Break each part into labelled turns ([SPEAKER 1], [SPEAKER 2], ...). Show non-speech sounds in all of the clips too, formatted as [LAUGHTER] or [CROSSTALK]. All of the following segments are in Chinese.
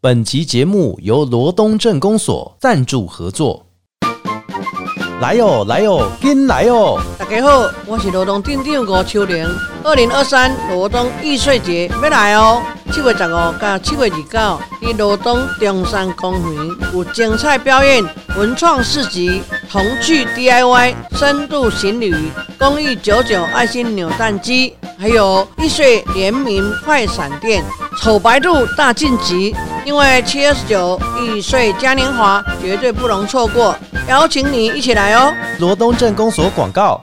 [SPEAKER 1] 本集节目由罗东镇公所赞助合作。来哟、来哟、跟来哟、
[SPEAKER 2] 大家好，我是罗东镇长吴秋玲。二零二三罗东艺穗节要来哦，七月十五到七月二九，伫罗东中山公园有精彩表演、文创市集、童趣 DIY、深度行旅、公益九九爱心扭蛋机，还有艺穗联名快闪店。丑白兔大晋级，因为七月十九易穗嘉年华绝对不容错过，邀请你一起来哦！
[SPEAKER 1] 罗东镇公所广告。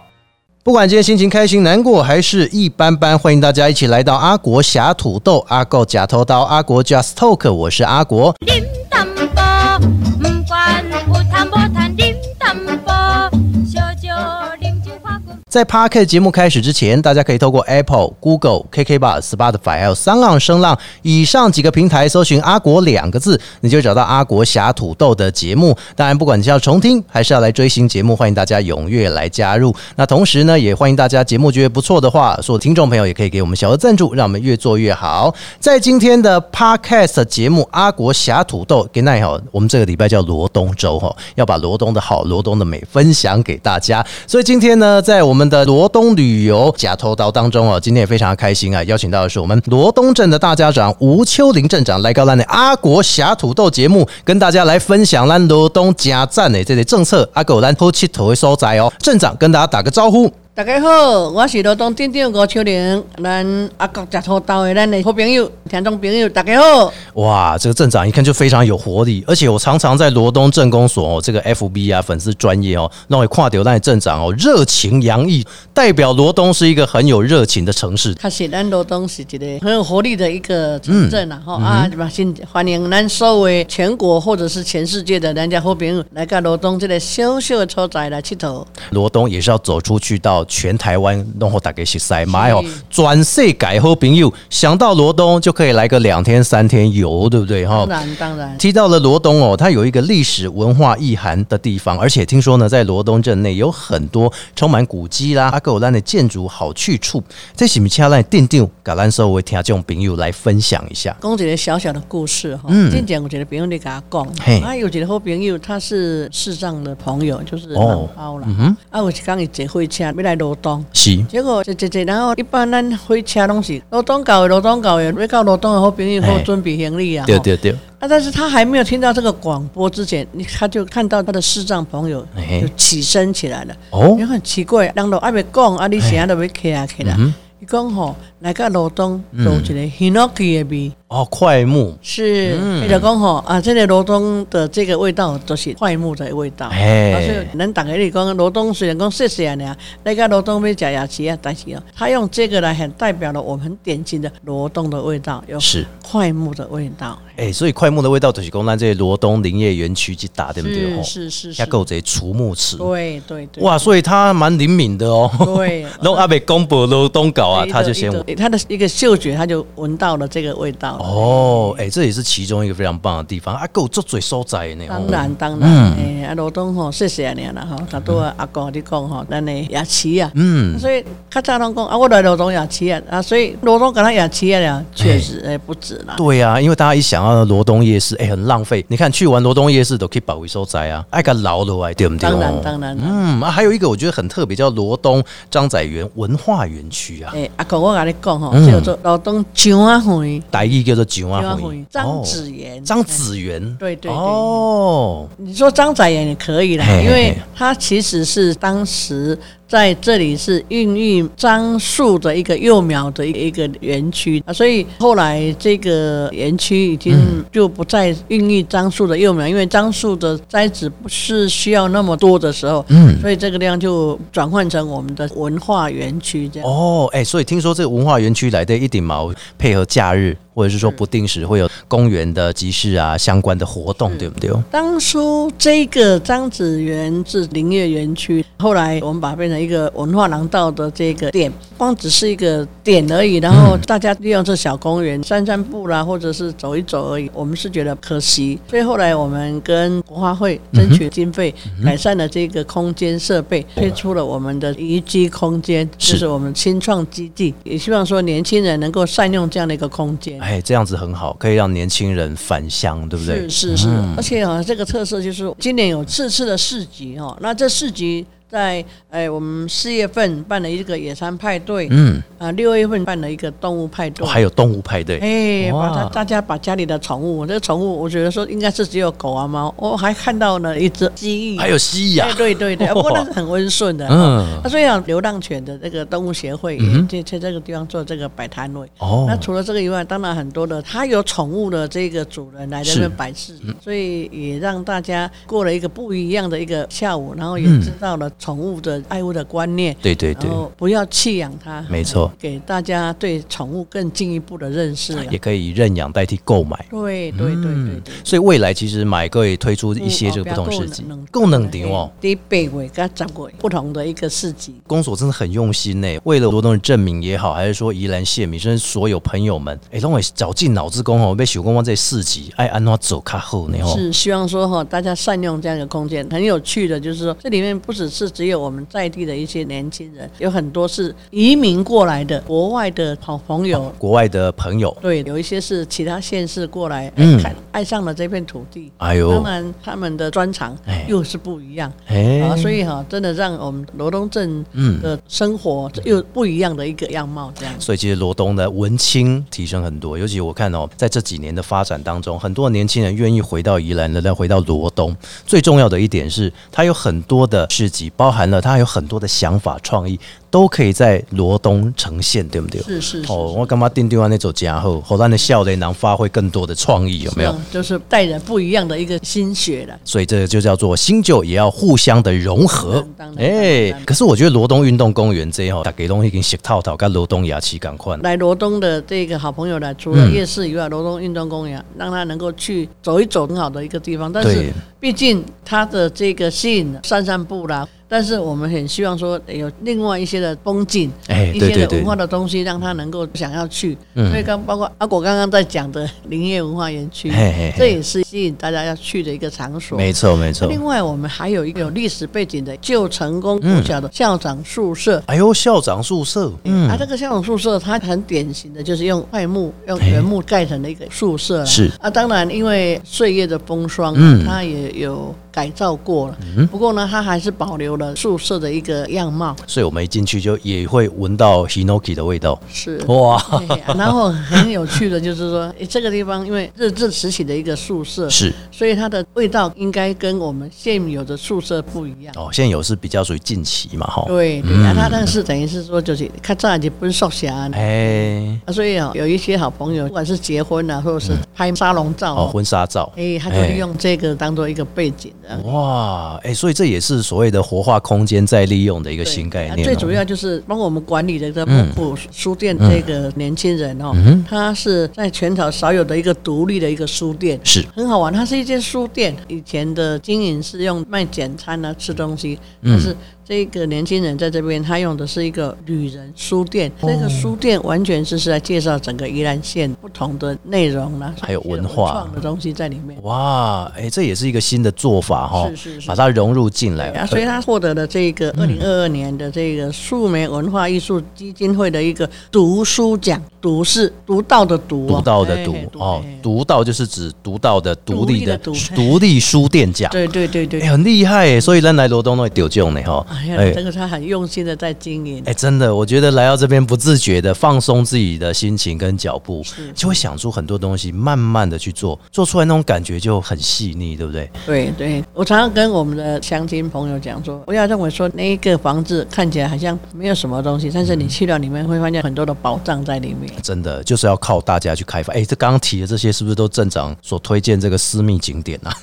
[SPEAKER 1] 不管今天心情开心、难过还是一般般，欢迎大家一起来到阿国侠土豆、阿狗假头刀、阿国 Just Talk，我是阿国。
[SPEAKER 3] điểm tâm bò Ừm, quan u tham bò than điểm tâm bò cho cho điểm chữ khoa cùng
[SPEAKER 1] 在 Park 节目开始之前，大家可以透过 Apple、Google、KK Bar、Spotify 还有三浪声浪以上几个平台搜寻“阿国”两个字，你就找到阿国侠土豆的节目。当然，不管你是要重听还是要来追新节目，欢迎大家踊跃来加入。那同时呢，也欢迎大家节目觉得不错的话，所有听众朋友也可以给我们小额赞助，让我们越做越好。在今天的 Podcast 节目《阿国侠土豆》给那好，我们这个礼拜叫罗东周哈，要把罗东的好、罗东的美分享给大家。所以今天呢，在我们的罗东旅游假头刀当中哦，今天也非常开心啊，邀请到的是我们罗东镇的大家长吴秋林镇长来高兰的阿国侠土豆节目，跟大家来分享咱罗东加赞的这些政策，阿狗咱好七头的所在哦。镇长跟大家打个招呼。
[SPEAKER 2] 大家好，我是罗东镇长吴秋玲，咱阿国食土豆的咱的好朋友、听众朋友，大家好。
[SPEAKER 1] 哇，这个镇长一看就非常有活力，而且我常常在罗东镇公所哦，这个 FB 啊粉丝专业哦，让我跨掉那镇长哦，热情洋溢，代表罗东是一个很有热情的城市。
[SPEAKER 2] 确实，咱罗东是一个很有活力的一个城镇
[SPEAKER 1] 嗯
[SPEAKER 2] 啦，吼、啊，嘛先欢迎咱所有全国或者是全世界的咱家好朋友来到罗东这个小小的所在来佚佗。
[SPEAKER 1] 罗东也是要走出去到全台湾，弄好大家去塞买哦，转世改好朋友，想到罗东就可以来个两天三天游，对不对哈？
[SPEAKER 2] 当然，当然，
[SPEAKER 1] 提到了罗东哦，它有一个历史文化意涵的地方，而且听说呢，在罗东镇内有很多充满古迹啦、阿狗兰的建筑好去处。这是不是要来定定，给咱所有的听众朋友来分享一下？
[SPEAKER 2] 讲一个小小的故事哈。
[SPEAKER 1] 嗯
[SPEAKER 2] 嗯，之前有一个朋友在跟我
[SPEAKER 1] 嘿
[SPEAKER 2] 讲，啊，有一个好朋友，他是视障的朋友，就是
[SPEAKER 1] 哦
[SPEAKER 2] 盲包啦。嗯、啊，有一天伊坐火车要来罗东。
[SPEAKER 1] 是，
[SPEAKER 2] 结果坐坐坐，然后一般咱火车拢是罗东到的，罗东到的，要到罗东的好朋友好
[SPEAKER 1] 嘿
[SPEAKER 2] 准备行李啊。
[SPEAKER 1] 对
[SPEAKER 2] 吼
[SPEAKER 1] 对对，
[SPEAKER 2] 啊，但是他还没有听到这个广播之前，你他就看到他的视障朋友
[SPEAKER 1] 哎
[SPEAKER 2] 就起身起来了，
[SPEAKER 1] 哦
[SPEAKER 2] 你，很奇怪，人都还没讲，啊，你啥都没起来起来。
[SPEAKER 1] 嗯
[SPEAKER 2] 伊讲吼，来个罗东有一个 Hinoki 的味，
[SPEAKER 1] 哦，快木，
[SPEAKER 2] 是，
[SPEAKER 1] 嗯
[SPEAKER 2] 伊就讲吼啊，这个罗东的这个味道都是快木的味道。
[SPEAKER 1] 哎
[SPEAKER 2] 啊所以咱大家咧讲罗东虽然讲谢谢你啊，来个罗东要吃雅琪啊，但是哦，他用这个来很代表了我们很典型的罗东的味道，有
[SPEAKER 1] 是，
[SPEAKER 2] 快木的味道。
[SPEAKER 1] 哎、所以快木的味道就是讲咱这些罗东林业园区去打，对不对？吼，
[SPEAKER 2] 是是是
[SPEAKER 1] 也
[SPEAKER 2] 是，
[SPEAKER 1] 够这除木池，
[SPEAKER 2] 对对对，
[SPEAKER 1] 哇，所以它蛮灵敏的哦。 [LAUGHS]
[SPEAKER 2] 对
[SPEAKER 1] 弄阿北公布罗东搞啊，他就先闻
[SPEAKER 2] 他的一个嗅觉，他就闻到了这个味道。哦，
[SPEAKER 1] 哦，哎、这也是其中一个非常棒的地方啊，够做嘴收窄呢。
[SPEAKER 2] 当
[SPEAKER 1] 哦，
[SPEAKER 2] 然当然，哎，啊，罗东吼，谢谢你啦吼，他都阿公你讲吼，咱的牙齿啊，
[SPEAKER 1] 嗯，
[SPEAKER 2] 所以较早拢讲啊，我来罗东牙齿啊，啊，所以罗东跟他牙齿啊，确实哎不止啦。
[SPEAKER 1] 对啊，因为大家一想到罗东夜市，哎、很浪费。你看去完罗东夜市都可以保回收窄啊，爱个老了哎，对不对？
[SPEAKER 2] 当然
[SPEAKER 1] 哦
[SPEAKER 2] 当然
[SPEAKER 1] 嗯啊，还有一个我觉得很特别，叫罗东张仔园文化园区啊，
[SPEAKER 2] 哎，阿公我跟你讲吼，
[SPEAKER 1] 嗯
[SPEAKER 2] 叫做罗东樟啊园，
[SPEAKER 1] 台语叫做九
[SPEAKER 2] 樟
[SPEAKER 1] 啊
[SPEAKER 2] 啊
[SPEAKER 1] 会
[SPEAKER 2] 园，张子妍，
[SPEAKER 1] 张子园，
[SPEAKER 2] 对对对
[SPEAKER 1] 哦，
[SPEAKER 2] 你说张载也可以啦
[SPEAKER 1] 嘿嘿，嘿
[SPEAKER 2] 因为他其实是当时在这里是孕育樟树的一个幼苗的一个园区啊，所以后来这个园区已经就不再孕育樟树的幼苗，因为樟树的栽植不是需要那么多的时候，
[SPEAKER 1] 嗯，
[SPEAKER 2] 所以这个地方就转换成我们的文化园区这样。
[SPEAKER 1] 哦，哎、所以听说这个文化园区来的一顶毛，配合假日或者是说不定时会有公园的集市啊相关的活动，对不对？
[SPEAKER 2] 当初这个张子园是林业园区，后来我们把它变成一个文化廊道的这个点，光只是一个点而已。然后大家利用这小公园散散步啦，或者是走一走而已。我们是觉得可惜，所以后来我们跟国花会争取经费，改善了这个空间设备，推出了我们的宜居空间，
[SPEAKER 1] 是
[SPEAKER 2] 就是我们新创基地，也希望说年轻人能够善用这样的一个空间。
[SPEAKER 1] 哎，这样子很好，可以让年轻人返乡，对不对？嗯
[SPEAKER 2] 是是是，而且好像这个特色就是今年有四次的市集哦，那这市集在哎我们四月份办了一个野餐派对，
[SPEAKER 1] 嗯，
[SPEAKER 2] 啊六月份办了一个动物派对。
[SPEAKER 1] 哦还有动物派对，
[SPEAKER 2] 哎，
[SPEAKER 1] 哇
[SPEAKER 2] 把它大家把家里的宠物，这个宠物我觉得说应该是只有狗啊猫，我还看到了一只鸡翼，
[SPEAKER 1] 还有蜥蜴
[SPEAKER 2] 哎
[SPEAKER 1] 啊，
[SPEAKER 2] 对
[SPEAKER 1] [LAUGHS]
[SPEAKER 2] 对对，
[SPEAKER 1] 哇
[SPEAKER 2] 不过那是很温顺的。
[SPEAKER 1] 嗯
[SPEAKER 2] 那所以啊，流浪犬的这个动物协会也在在这个地方做这个摆摊位。
[SPEAKER 1] 哦
[SPEAKER 2] 那除了这个以外，当然很多的，它有宠物的这个主人来这
[SPEAKER 1] 是
[SPEAKER 2] 边摆事，所以也让大家过了一个不一样的一个下午，然后也
[SPEAKER 1] 嗯
[SPEAKER 2] 知道了宠物的爱护的观念，
[SPEAKER 1] 对对对
[SPEAKER 2] 然，后不要弃养它，
[SPEAKER 1] 没错，
[SPEAKER 2] 给大家对宠物更进一步的认识了。
[SPEAKER 1] 也可以以认养代替购买。
[SPEAKER 2] 对对对对对。
[SPEAKER 1] 所以未来其实买可以推
[SPEAKER 2] 嗯
[SPEAKER 1] 出一些这个不
[SPEAKER 2] 哦
[SPEAKER 1] 同市集，够能顶哦。
[SPEAKER 2] 第八位跟十位不同的一个市集。
[SPEAKER 1] 公所真的很用心呢，为了罗东的证明也好，还是说宜兰县民，甚至所有朋友们，哎、让我绞尽脑汁功哦，被许光光这四集爱安怎走卡后呢哦，
[SPEAKER 2] 是希望说哈，大家善用这样一个空间。很有趣的就是说，这里面不只是只有我们在地的一些年轻人，有很多是移民过来的国外的好朋友。
[SPEAKER 1] 国外的朋友，
[SPEAKER 2] 对，有一些是其他县市过来，
[SPEAKER 1] 嗯
[SPEAKER 2] 嗯，看爱上了这片土地。
[SPEAKER 1] 哎
[SPEAKER 2] 当
[SPEAKER 1] 呦，
[SPEAKER 2] 然，他们的专长
[SPEAKER 1] 哎
[SPEAKER 2] 又是不一样、
[SPEAKER 1] 哎、
[SPEAKER 2] 啊，所以哈、真的让我们罗东镇
[SPEAKER 1] 嗯
[SPEAKER 2] 的生活又不一样的一个样貌，这样。
[SPEAKER 1] 所以其实罗东的文青提升很多，尤其我看哦，在这几年的发展当中，很多年轻人愿意回到宜兰的，再回到罗东。最重要的一点是，它有很多的市集，包含了它有很多的想法创意，都可以在罗东呈现，对不对？
[SPEAKER 2] 是是是
[SPEAKER 1] 哦，我干嘛定定完那种家后，后让的笑脸能发挥更多的创意，有没有
[SPEAKER 2] 嗯？就是带着不一样的一个心血了。
[SPEAKER 1] 所以这就叫做新旧也要互相的融合
[SPEAKER 2] 当然当。然
[SPEAKER 1] 哎、
[SPEAKER 2] 当然
[SPEAKER 1] 可是我觉得罗东运动公园这一吼，大家东已经洗套套，跟罗东牙齿赶快。
[SPEAKER 2] 来罗东的这个好朋友呢，除了
[SPEAKER 1] 嗯
[SPEAKER 2] 夜市以外，罗东运动公园让他能够去走一走，很好的一个地方。但是
[SPEAKER 1] 对
[SPEAKER 2] 毕竟它的这个吸引散散步啦，但是我们很希望说有另外一些的风景，
[SPEAKER 1] 哎
[SPEAKER 2] 一
[SPEAKER 1] 对
[SPEAKER 2] 些
[SPEAKER 1] 对
[SPEAKER 2] 的
[SPEAKER 1] 对
[SPEAKER 2] 文化的东西，让他能够想要去。
[SPEAKER 1] 嗯
[SPEAKER 2] 所以刚包括阿果刚刚在讲的林业文化园区，
[SPEAKER 1] 嘿嘿嘿
[SPEAKER 2] 这也是吸引大家要去的一个场所。
[SPEAKER 1] 没错，没错。
[SPEAKER 2] 另外，我们还有一个有历史背景的旧成功
[SPEAKER 1] 嗯
[SPEAKER 2] 国小的校长宿舍，
[SPEAKER 1] 哎呦，校长宿舍，嗯，
[SPEAKER 2] 啊，这个校长宿舍它很典型的就是用桧木、用原木盖成的一个宿舍啦
[SPEAKER 1] 是
[SPEAKER 2] 啊，当然因为岁月的风霜，啊
[SPEAKER 1] 嗯
[SPEAKER 2] 它也有改造过了。不过呢，它还是保留了宿舍的一个样貌，
[SPEAKER 1] 所以我们一进去就也会闻到 Hinoki 的味道，
[SPEAKER 2] 是。 [LAUGHS]
[SPEAKER 1] 哇，
[SPEAKER 2] 对啊然后很有趣的就是说，诶这个地方因为日治时期的一个宿舍，
[SPEAKER 1] 是
[SPEAKER 2] 所以它的味道应该跟我们现有的宿舍不一样。
[SPEAKER 1] 哦，现在有是比较属于近期嘛，哈，
[SPEAKER 2] 对对啊，它但是等于是说就是较早日本宿舍安尼
[SPEAKER 1] 哎，
[SPEAKER 2] 啊，所以啊、有一些好朋友，不管是结婚啊，或者是拍沙龙照、
[SPEAKER 1] 哦，婚纱照，
[SPEAKER 2] 哎、他就利用这个当做一个背景啊的、
[SPEAKER 1] 哇，哎，所以这也是所谓的活化空间再利用的一个新概
[SPEAKER 2] 对啊
[SPEAKER 1] 念，
[SPEAKER 2] 最主
[SPEAKER 1] 哦，嗯
[SPEAKER 2] 要就是帮我们管理的这幕布书店这个年轻人哦，他是在全岛少有的一个独立的一个书店，
[SPEAKER 1] 是
[SPEAKER 2] 很好玩。它是一间书店，以前的经营是用卖简餐啊、吃东西，
[SPEAKER 1] 嗯
[SPEAKER 2] 但是这个年轻人在这边，他用的是一个旅人书店。
[SPEAKER 1] 哦
[SPEAKER 2] 这个书店完全是是在介绍整个宜兰县不同的内容啦、
[SPEAKER 1] 还有文化
[SPEAKER 2] 创的东西在里面。
[SPEAKER 1] 哇，哎，这也是一个新的做法哈
[SPEAKER 2] 是是，是
[SPEAKER 1] 把它融入进来
[SPEAKER 2] 对，啊，所以他获得了这
[SPEAKER 1] 嗯
[SPEAKER 2] 个二零二二年的这个素梅文化艺术基金会的一个读书奖，读是读到的读、哦，
[SPEAKER 1] 独到的
[SPEAKER 2] 哎
[SPEAKER 1] 独
[SPEAKER 2] 嘿
[SPEAKER 1] 哦
[SPEAKER 2] 哎，
[SPEAKER 1] 独到就是指独到的独立的
[SPEAKER 2] 独立的独
[SPEAKER 1] 独立书店奖，
[SPEAKER 2] 对对对对
[SPEAKER 1] 哎，，很厉害耶，所以人来罗东都会丢中呢哈，
[SPEAKER 2] 哎呀，这个他很用心的在经营
[SPEAKER 1] 哎、，真的，我觉得来到这边不自觉的放松自己的心情跟脚步，就会想出很多东西，慢慢的去做，做出来那种感觉就很细腻，对不对？
[SPEAKER 2] 对对，我常常跟我们的乡亲朋友讲说，不要认为说那一个房子看起来好像没有什么东西，但是你去了里面会发现很多的宝藏在里面。
[SPEAKER 1] 真的就是要靠大家去开发。哎、这刚刚提的这些是不是都镇长所推荐这个 [LAUGHS] 私密景点啊？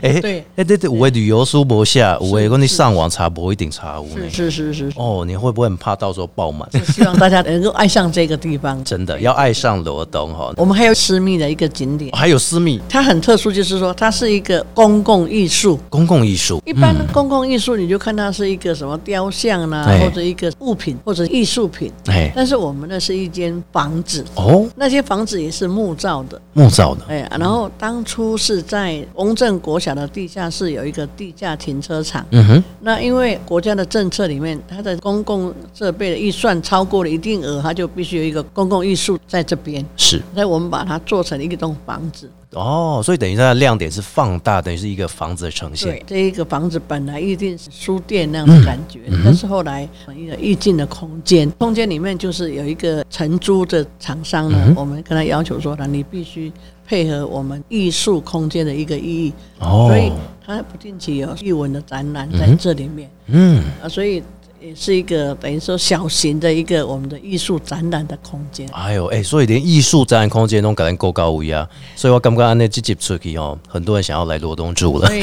[SPEAKER 1] 哎、
[SPEAKER 2] 对
[SPEAKER 1] 哎、对对，我的旅游书博下，我的跟你上网查博一定茶屋呢
[SPEAKER 2] 是。是是是，
[SPEAKER 1] 哦，你会不会很怕到时候爆满？
[SPEAKER 2] 希望大家能够爱上这个地方。
[SPEAKER 1] 真的要爱上罗东哈、
[SPEAKER 2] 我们还有私密的一个景点，
[SPEAKER 1] 还有私密
[SPEAKER 2] 它很特殊，就是说它是一个公共艺术。
[SPEAKER 1] 公共艺术，
[SPEAKER 2] 一般公共艺术，你就看它是一个什么雕像啦、
[SPEAKER 1] 哎
[SPEAKER 2] 或者一个物品或者艺术品。
[SPEAKER 1] 哎
[SPEAKER 2] 但是我们那是一间房子，
[SPEAKER 1] 哦，
[SPEAKER 2] 那些房子也是木造的，
[SPEAKER 1] 木造的
[SPEAKER 2] 哎，然后当初是在翁正国小的地下室有一个地下停车场。
[SPEAKER 1] 嗯哼，
[SPEAKER 2] 那因为国家的政策里面，它的公共设备的预算超过了一定额，它就必须有一个公共艺术在这边。
[SPEAKER 1] 是
[SPEAKER 2] 所以我们把它做成一栋房子。
[SPEAKER 1] 哦，所以等于它的亮点是放大，等于是一个房子的呈现
[SPEAKER 2] 对，这一个房子本来预定是书店那样的感
[SPEAKER 1] 嗯
[SPEAKER 2] 觉，但是后来一个预定的空间，空间里面就是有一个承租的厂商
[SPEAKER 1] 嗯
[SPEAKER 2] 呢，我们跟他要求说呢，你必须配合我们艺术空间的一个意义，
[SPEAKER 1] 哦
[SPEAKER 2] 所，以他不定期有艺文的展览在这里面、
[SPEAKER 1] 嗯，
[SPEAKER 2] 啊，所以也是一个等于说小型的一个我们的艺术展览的空间。
[SPEAKER 1] 哎呦，哎、所以连艺术展览空间都感觉够高维啊，所以我感觉那这集出去哦，很多人想要来罗东住了
[SPEAKER 2] 所，以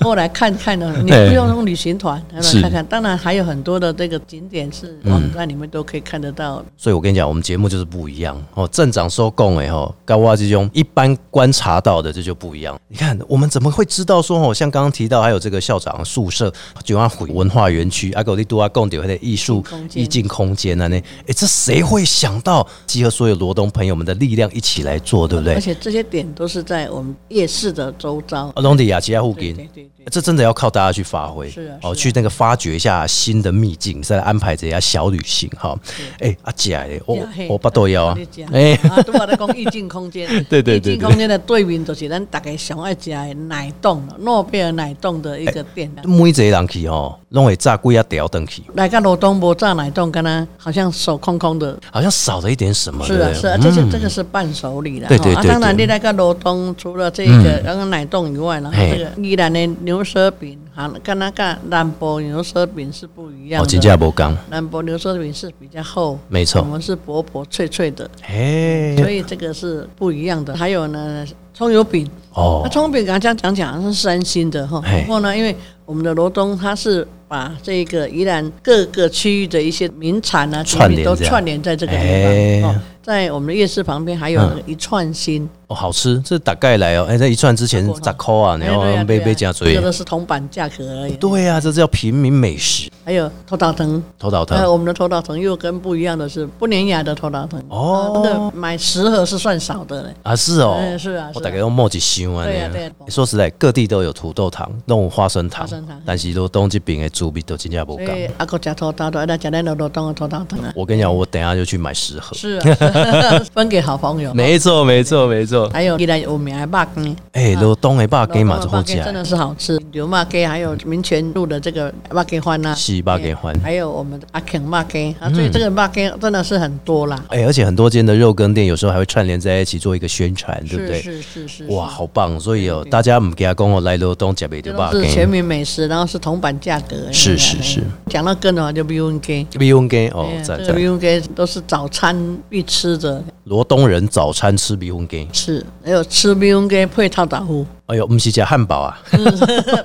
[SPEAKER 2] 后来看看
[SPEAKER 1] [LAUGHS]
[SPEAKER 2] 呢，你
[SPEAKER 1] 哎
[SPEAKER 2] 不用用旅行团，来
[SPEAKER 1] 是
[SPEAKER 2] 看看。当然还有很多的这个景点是网站
[SPEAKER 1] 嗯
[SPEAKER 2] 里面都可以看得到。
[SPEAKER 1] 所以我跟你讲，我们节目就是不一样哦。镇长说供哎吼，高哇这种一般观察到的这就不一样。你看，我们怎么会知道说哦？像刚刚提到，还有这个校长宿舍、啊九安湖文化园区、啊阿狗利都阿贡丢的艺术
[SPEAKER 2] 空间
[SPEAKER 1] 意境空间呢？呢，哎，这谁会想到集合所有罗东朋友们的力量一起来做，对不对
[SPEAKER 2] 而？且这些点都是在我们夜市的周遭。
[SPEAKER 1] 啊龙迪亚其他户给。
[SPEAKER 2] 对对对对，
[SPEAKER 1] 这真的要靠大家去发挥，
[SPEAKER 2] 是啊
[SPEAKER 1] 哦，
[SPEAKER 2] 是啊
[SPEAKER 1] 去那个发掘一下新的秘境，再来安排这下小旅行哈。哎，阿姐，我
[SPEAKER 2] 呀嘿
[SPEAKER 1] 我八豆腰啊
[SPEAKER 2] 你吃，
[SPEAKER 1] 哎，
[SPEAKER 2] 啊，都我在讲意境空间，
[SPEAKER 1] [LAUGHS] 对对对对
[SPEAKER 2] 意境空间的对面就是咱大家上爱吃的奶冻了，诺贝尔奶冻的一个店啊。
[SPEAKER 1] 每一个人去吼，拢会炸几啊条登去，
[SPEAKER 2] 来个罗东博炸奶冻，跟他好像手空空的，
[SPEAKER 1] 好像少了一点什么，
[SPEAKER 2] 是
[SPEAKER 1] 对
[SPEAKER 2] 啊
[SPEAKER 1] 不对嗯哦
[SPEAKER 2] 是啊，这是这个是伴手礼了。
[SPEAKER 1] 对对
[SPEAKER 2] 哦啊
[SPEAKER 1] 对
[SPEAKER 2] 当然
[SPEAKER 1] 对
[SPEAKER 2] 你那个罗东除了这个那个奶冻以外，然后
[SPEAKER 1] 嘿
[SPEAKER 2] 这个依然的牛舌饼，啊，跟那个南博牛舌饼是不一样
[SPEAKER 1] 哦，
[SPEAKER 2] 的。
[SPEAKER 1] 真价无讲，
[SPEAKER 2] 南博牛舌饼是比较厚，
[SPEAKER 1] 没错
[SPEAKER 2] 我们是薄薄脆脆的，所
[SPEAKER 1] 嘿，
[SPEAKER 2] 以这个是不一样的。还有呢，葱油饼，那
[SPEAKER 1] 哦，
[SPEAKER 2] 葱油饼刚刚讲讲是三星的哈，
[SPEAKER 1] 嘿
[SPEAKER 2] 然后呢，因为我们的罗东它是把这个宜兰各个区域的一些名产啊、
[SPEAKER 1] 串
[SPEAKER 2] 产
[SPEAKER 1] 联
[SPEAKER 2] 品都
[SPEAKER 1] 这样
[SPEAKER 2] 串联在这个
[SPEAKER 1] 哎嗯
[SPEAKER 2] 地方哦，在我们的夜市旁边还有那个一串心，
[SPEAKER 1] 哦，好吃，这大概来哦，哎，那一串之前十块啊，然后
[SPEAKER 2] 哎对啊
[SPEAKER 1] 被
[SPEAKER 2] 对啊
[SPEAKER 1] 被加
[SPEAKER 2] 这个
[SPEAKER 1] 追，
[SPEAKER 2] 都是铜板价格而已。
[SPEAKER 1] 对啊，这叫平民美食，
[SPEAKER 2] 还有头岛藤，
[SPEAKER 1] 头倒
[SPEAKER 2] 还
[SPEAKER 1] 汤
[SPEAKER 2] 有我们的头岛藤又跟不一样的是不粘牙的头岛藤
[SPEAKER 1] 哦
[SPEAKER 2] 啊那个买十盒是算少的嘞。
[SPEAKER 1] 啊，是哦
[SPEAKER 2] 哎，是啊是啊
[SPEAKER 1] 我大概用冒几箱啊，
[SPEAKER 2] 对啊对啊
[SPEAKER 1] 说实在，各地都有土豆糖，那种花生糖
[SPEAKER 2] 花生糖，
[SPEAKER 1] 但是都东这边的主味都真价无
[SPEAKER 2] 所
[SPEAKER 1] 讲。
[SPEAKER 2] 以阿哥吃头岛藤，那吃咱的罗东的头岛藤啊。
[SPEAKER 1] 我跟你讲，我等一下就去买十盒，
[SPEAKER 2] 是啊，是啊 [LAUGHS] 分给好朋友。
[SPEAKER 1] 没错没错没错，
[SPEAKER 2] 还有宜兰有名的肉羹，
[SPEAKER 1] 哎，罗东的肉羹嘛，
[SPEAKER 2] 老
[SPEAKER 1] 就
[SPEAKER 2] 公
[SPEAKER 1] 好
[SPEAKER 2] 啊的
[SPEAKER 1] 吃
[SPEAKER 2] 肉羹真的是好吃，牛肉羹还有民权路的这个肉羹饭啊，
[SPEAKER 1] 是肉羹饭嗯
[SPEAKER 2] 还有我们的阿肯肉羹啊，所以这个肉羹真的是很多啦，
[SPEAKER 1] 哎、而且很多间的肉羹店有时候还会串联在一起做一个宣传，对不对？
[SPEAKER 2] 是是是是，
[SPEAKER 1] 哇，好棒！所以哦，
[SPEAKER 2] 对
[SPEAKER 1] 大家唔给他讲哦，来罗东吃袂
[SPEAKER 2] 这
[SPEAKER 1] 到
[SPEAKER 2] 都
[SPEAKER 1] 吧？
[SPEAKER 2] 是全民美食，然后是铜板价格，
[SPEAKER 1] 是
[SPEAKER 2] 哎
[SPEAKER 1] 是
[SPEAKER 2] 哎
[SPEAKER 1] 是
[SPEAKER 2] 讲到羹的话就不用羹。
[SPEAKER 1] 米粉羹哦
[SPEAKER 2] 哎，呀
[SPEAKER 1] 赞
[SPEAKER 2] 这个
[SPEAKER 1] 赞！
[SPEAKER 2] 米粉羹都是早餐必吃的，
[SPEAKER 1] 罗东人早餐吃米粉羹，
[SPEAKER 2] 是还有吃米粉羹配套打呼， [LAUGHS]
[SPEAKER 1] 哎呦，不是吃汉堡啊，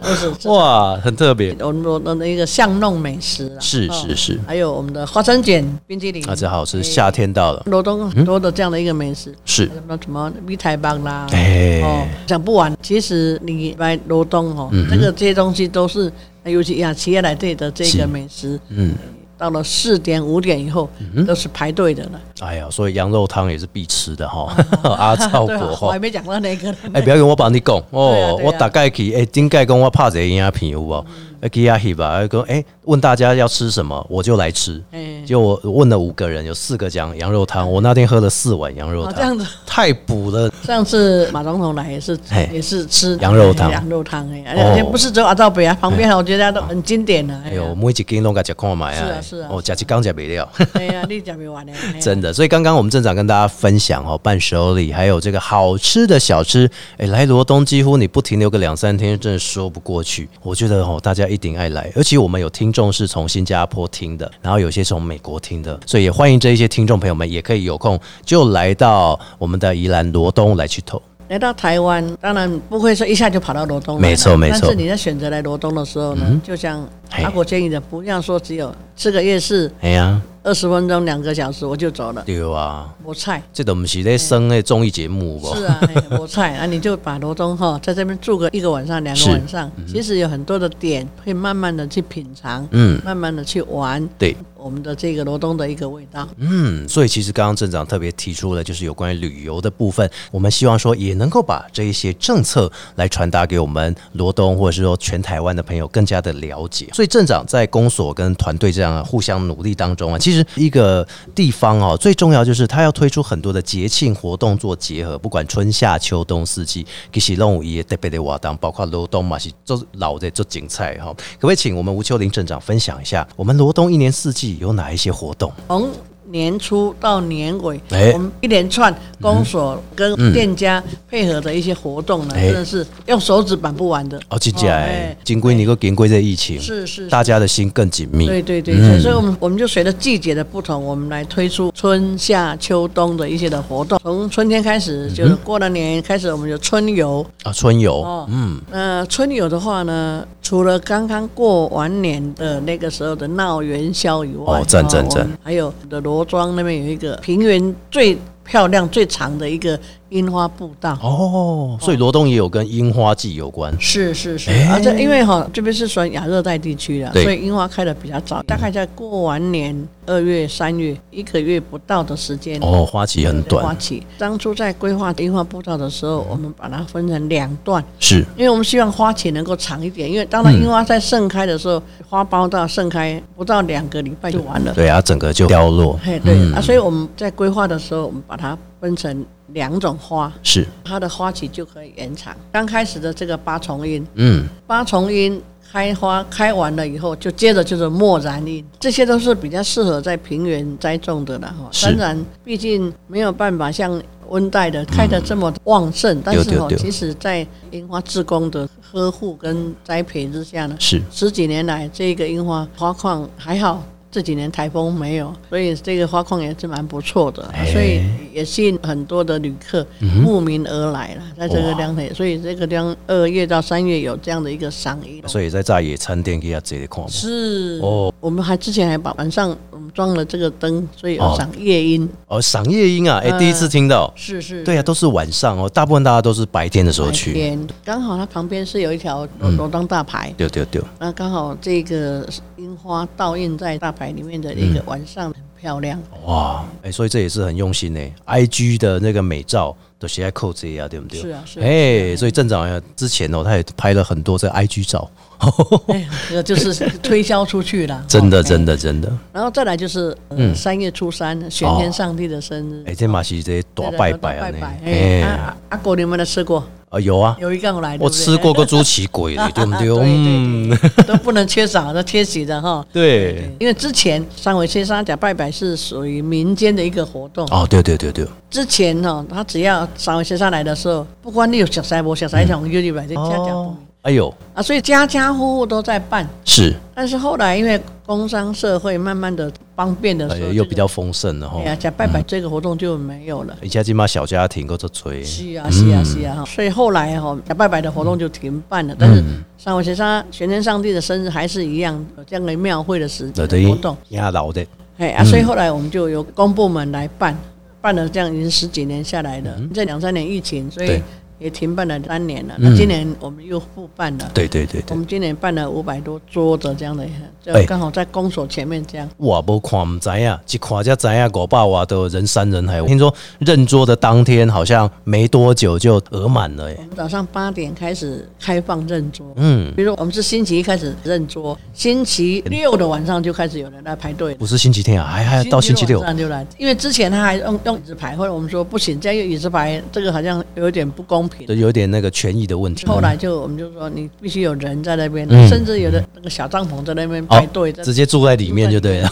[SPEAKER 2] 不是是
[SPEAKER 1] 哇，很特别
[SPEAKER 2] 我们罗东的一个巷弄美食啊，
[SPEAKER 1] 是
[SPEAKER 2] 哦
[SPEAKER 1] 是是
[SPEAKER 2] 还有我们的花生卷冰淇淋，
[SPEAKER 1] 啊，这好吃！
[SPEAKER 2] 哎
[SPEAKER 1] 夏天到了，
[SPEAKER 2] 罗东很多的这样的一个美食，
[SPEAKER 1] 是
[SPEAKER 2] 什么什么米苔棒啦，
[SPEAKER 1] 哎
[SPEAKER 2] 哦，讲不完。其实你来罗东哦，
[SPEAKER 1] 嗯
[SPEAKER 2] 这个这些东西都是，尤其雅琪亚来这的这
[SPEAKER 1] 是
[SPEAKER 2] 个美食，
[SPEAKER 1] 嗯，
[SPEAKER 2] 到了四点五点以后都是排队的了。
[SPEAKER 1] 哎呀，所以羊肉汤也是必吃的哈、 [LAUGHS] 阿超
[SPEAKER 2] [LAUGHS] 对啊
[SPEAKER 1] 伯
[SPEAKER 2] 我还
[SPEAKER 1] 哈。
[SPEAKER 2] 没讲到那个呢。
[SPEAKER 1] 哎、不要跟我帮你讲
[SPEAKER 2] 对啊
[SPEAKER 1] 哦，
[SPEAKER 2] 对啊嗯
[SPEAKER 1] 我大概去哎，顶盖跟我拍一个影片有无？哎，去遐翕吧，讲哎，问大家要吃什么，我就来吃。
[SPEAKER 2] [LAUGHS] 哎
[SPEAKER 1] 就我问了五个人，有四个讲羊肉汤，我那天喝了四碗羊肉
[SPEAKER 2] 嗯哦
[SPEAKER 1] 汤，
[SPEAKER 2] 这样子
[SPEAKER 1] 太补了。
[SPEAKER 2] 上次马总统来也是
[SPEAKER 1] 嘿
[SPEAKER 2] 也是吃
[SPEAKER 1] 羊肉汤
[SPEAKER 2] 哎羊肉汤哎，
[SPEAKER 1] 哦
[SPEAKER 2] 而且不是只有阿道北啊，旁边我觉得都很经典的。哎
[SPEAKER 1] 哎
[SPEAKER 2] 呀
[SPEAKER 1] 呦，，每一斤拢甲食看买
[SPEAKER 2] 是啊是啊
[SPEAKER 1] 哦，食一缸食袂了。
[SPEAKER 2] 哎呀，你讲不完的，哎呀
[SPEAKER 1] [LAUGHS] 真的，所以刚刚我们镇长跟大家分享哦，伴手礼还有这个好吃的小吃，哎，来罗东几乎你不停留个两三天，真的说不过去。我觉得哦，大家一定爱来，而且我们有听众是从新加坡听的，然后有些从美国听的，所以也欢迎这一些听众朋友们也可以有空就来到我们的宜兰罗东来去投。
[SPEAKER 2] 来到台湾，当然不会说一下就跑到罗东来了
[SPEAKER 1] 没错没错嗯
[SPEAKER 2] 但是你在选择来罗东的时候呢，就像
[SPEAKER 1] 嘿
[SPEAKER 2] 阿国建议的，不要说只有吃个夜市
[SPEAKER 1] 哎呀，
[SPEAKER 2] 二十分钟两个小时我就走了，
[SPEAKER 1] 对啊，
[SPEAKER 2] 我菜。
[SPEAKER 1] 这都不是在生那综艺节目不？
[SPEAKER 2] 是啊，嘿我菜啊，你就把罗东哈在这边住个一个晚上、两个
[SPEAKER 1] 是
[SPEAKER 2] 晚上，其实有很多的点会慢慢的去品尝，
[SPEAKER 1] 嗯
[SPEAKER 2] 慢慢的去玩
[SPEAKER 1] 对，
[SPEAKER 2] 我们的这个罗东的一个味道。
[SPEAKER 1] 嗯，所以其实刚刚镇长特别提出了，就是有关于旅游的部分，我们希望说也能够把这一些政策来传达给我们罗东或者是说全台湾的朋友更加的了解。所以镇长在公所跟团队这样互相努力当中啊，其实一个地方哦，最重要就是它要推出很多的节庆活动做结合，不管春夏秋冬四季，其实拢有伊特别的活动，包括罗东嘛是做老的做景菜哈。可不可以请我们吴秋林镇长分享一下，我们罗东一年四季有哪一些活动？
[SPEAKER 2] 从年初到年尾，
[SPEAKER 1] 哎嗯
[SPEAKER 2] 我们一连串公所跟店家配合的一些活动呢，
[SPEAKER 1] 哎
[SPEAKER 2] 真的是用手指板不完的。
[SPEAKER 1] 哦，真假
[SPEAKER 2] 哦
[SPEAKER 1] 哎
[SPEAKER 2] 哎，
[SPEAKER 1] 金龟你个金龟这疫情，
[SPEAKER 2] 是是，
[SPEAKER 1] 大嗯家的心更紧密。
[SPEAKER 2] 对对对，所以我们我们就随着季节的不同，我们来推出春夏秋冬的一些的活动。从春天开始，
[SPEAKER 1] 嗯
[SPEAKER 2] 就是过了年开始，我们有春游。
[SPEAKER 1] 啊，春游，
[SPEAKER 2] 哦
[SPEAKER 1] 嗯，
[SPEAKER 2] 呃，春游的话呢，除了刚刚过完年的那个时候的闹元宵以外，
[SPEAKER 1] 哦赞赞
[SPEAKER 2] 我们
[SPEAKER 1] 赞
[SPEAKER 2] 还有的罗庄那边有一个平原最漂亮、最长的一个樱花步道。
[SPEAKER 1] 哦，所以罗东也有跟樱花季有关。
[SPEAKER 2] 是是是，
[SPEAKER 1] 哎
[SPEAKER 2] 而且因为哈这边是属于亚热带地区的，
[SPEAKER 1] 对嗯
[SPEAKER 2] 所以樱花开的比较早，大概在过完年二月、三月一个月不到的时间。
[SPEAKER 1] 哦，花期很
[SPEAKER 2] 花
[SPEAKER 1] 短，
[SPEAKER 2] 期当初在规划樱花步道的时候，我们把它分成两段，
[SPEAKER 1] 是
[SPEAKER 2] 因为我们希望花期能够长一点。因为当然，
[SPEAKER 1] 嗯
[SPEAKER 2] 樱花在盛开的时候，花苞到盛开不到两个礼拜就完了。
[SPEAKER 1] 对啊，整个就凋落。
[SPEAKER 2] 嘿，对、
[SPEAKER 1] 嗯
[SPEAKER 2] 啊，所以我们在规划的时候，我们把它分成两种花，
[SPEAKER 1] 是，
[SPEAKER 2] 它的花期就可以延长。刚开始的这个八重樱，
[SPEAKER 1] 嗯，
[SPEAKER 2] 八重樱开花开完了以后，就接着就是漠然樱，这些都是比较适合在平原栽种的了哈。
[SPEAKER 1] 是
[SPEAKER 2] 当然，毕竟没有办法像温带的开得这么旺盛，但是哈，
[SPEAKER 1] 对对
[SPEAKER 2] 其实在樱花志工的呵护跟栽培之下呢，
[SPEAKER 1] 是
[SPEAKER 2] 十几年来这个樱花花况还好。这几年台风没有，所以这个花况也是蛮不错的，
[SPEAKER 1] 哎嗯
[SPEAKER 2] 所以也吸引很多的旅客慕名而来了，在这个
[SPEAKER 1] 哇
[SPEAKER 2] 两天，所以这个地方二月到三月有这样的一个赏樱，
[SPEAKER 1] 所以在在野餐店给他这里看嘛。
[SPEAKER 2] 是
[SPEAKER 1] 哦
[SPEAKER 2] 我们还之前还把晚上我们装了这个灯，所以
[SPEAKER 1] 哦
[SPEAKER 2] 有赏夜樱，
[SPEAKER 1] 哦，赏夜樱啊，哎，第一次听到。
[SPEAKER 2] 是嗯是，
[SPEAKER 1] 对啊，都是晚上哦，大部分大家都是白天的时候
[SPEAKER 2] 白
[SPEAKER 1] 去。嗯
[SPEAKER 2] 天，刚好它旁边是有一条罗罗东大排，
[SPEAKER 1] 对对对，
[SPEAKER 2] 那刚好这个樱花倒映在大排里面的
[SPEAKER 1] 嗯
[SPEAKER 2] 一个晚上很漂亮，
[SPEAKER 1] 哇，哎，所以这也是很用心呢。I G 的那个美照都写在扣这啊，对不对？
[SPEAKER 2] 是啊是啊
[SPEAKER 1] 哎，所以镇长之前哦，他也拍了很多这 I G 照。 [LAUGHS]
[SPEAKER 2] 哎，这个就是推销出去了，
[SPEAKER 1] 真的，
[SPEAKER 2] 哦
[SPEAKER 1] 真。的，真的，
[SPEAKER 2] 哎然后再来就是呃三月初三，玄天上帝的生日
[SPEAKER 1] 哎、，这马是这些大拜拜啊，
[SPEAKER 2] 对的
[SPEAKER 1] 呢，哎
[SPEAKER 2] 哎，阿阿狗你们有吃过？
[SPEAKER 1] 啊有啊，
[SPEAKER 2] 有一个我来，
[SPEAKER 1] 我
[SPEAKER 2] 对不对
[SPEAKER 1] 吃过个猪奇鬼的，对不对？嗯，
[SPEAKER 2] [LAUGHS] 对对对 [LAUGHS] 都不能缺少，都缺席的哈。
[SPEAKER 1] 对，
[SPEAKER 2] 因为之前三尾切沙甲拜拜是属于民间的一个活动，
[SPEAKER 1] 哦，对对对对，
[SPEAKER 2] 之前哦，他只要三尾切沙来的时候，不管你有小塞不小塞从 YouTube 来就家讲、
[SPEAKER 1] 哦，哎呦，
[SPEAKER 2] 啊，所以家家户户都在办。
[SPEAKER 1] 是，
[SPEAKER 2] 但是后来因为工商社会慢慢的方便的
[SPEAKER 1] 哎
[SPEAKER 2] 时候，
[SPEAKER 1] 呦，又
[SPEAKER 2] 这个
[SPEAKER 1] 比较丰盛了哈
[SPEAKER 2] 哎，呀，假拜拜这个活动就没有了。
[SPEAKER 1] 一家金马小家庭够这吹，
[SPEAKER 2] 是啊，是啊，是啊，所以后来哈、假拜拜的活动就停办了，但是三尾切沙玄天上帝的生日还是一样有这样的庙会的时
[SPEAKER 1] 那
[SPEAKER 2] 的
[SPEAKER 1] 等于
[SPEAKER 2] 活动。
[SPEAKER 1] 压老的，
[SPEAKER 2] 哎啊，所以后来我们就由公部门来办，办了这样已经十几年下来了。这两三年疫情，所以
[SPEAKER 1] 对
[SPEAKER 2] 也停办了三年了。
[SPEAKER 1] 嗯
[SPEAKER 2] 那今年我们又复办了。
[SPEAKER 1] 对对对
[SPEAKER 2] 我
[SPEAKER 1] 对，
[SPEAKER 2] 们今年办了五百多桌的这样的，就
[SPEAKER 1] 哎
[SPEAKER 2] 刚好在公所前面这样。
[SPEAKER 1] 哇，不看不知啊，一看才知啊，五百瓦都人山人海。我听说认桌的当天好像没多久就额满了耶，
[SPEAKER 2] 我们早上八点开始开放认桌，
[SPEAKER 1] 嗯，
[SPEAKER 2] 比如我们是星期一开始认桌，星期六的晚上就开始有人来排队了。
[SPEAKER 1] 不是星期天啊，还还到星期六
[SPEAKER 2] 晚，上就来，因为之前他还用用椅子排，后来我们说不行，这样用椅子排这个好像有点不公平。
[SPEAKER 1] 就有点那个权益的问题。
[SPEAKER 2] 后来就我们就说，你必须有人在那边，
[SPEAKER 1] 嗯
[SPEAKER 2] 甚至有的那个小帐篷在那边
[SPEAKER 1] 哦
[SPEAKER 2] 排队，在
[SPEAKER 1] 直接住在里面就对了。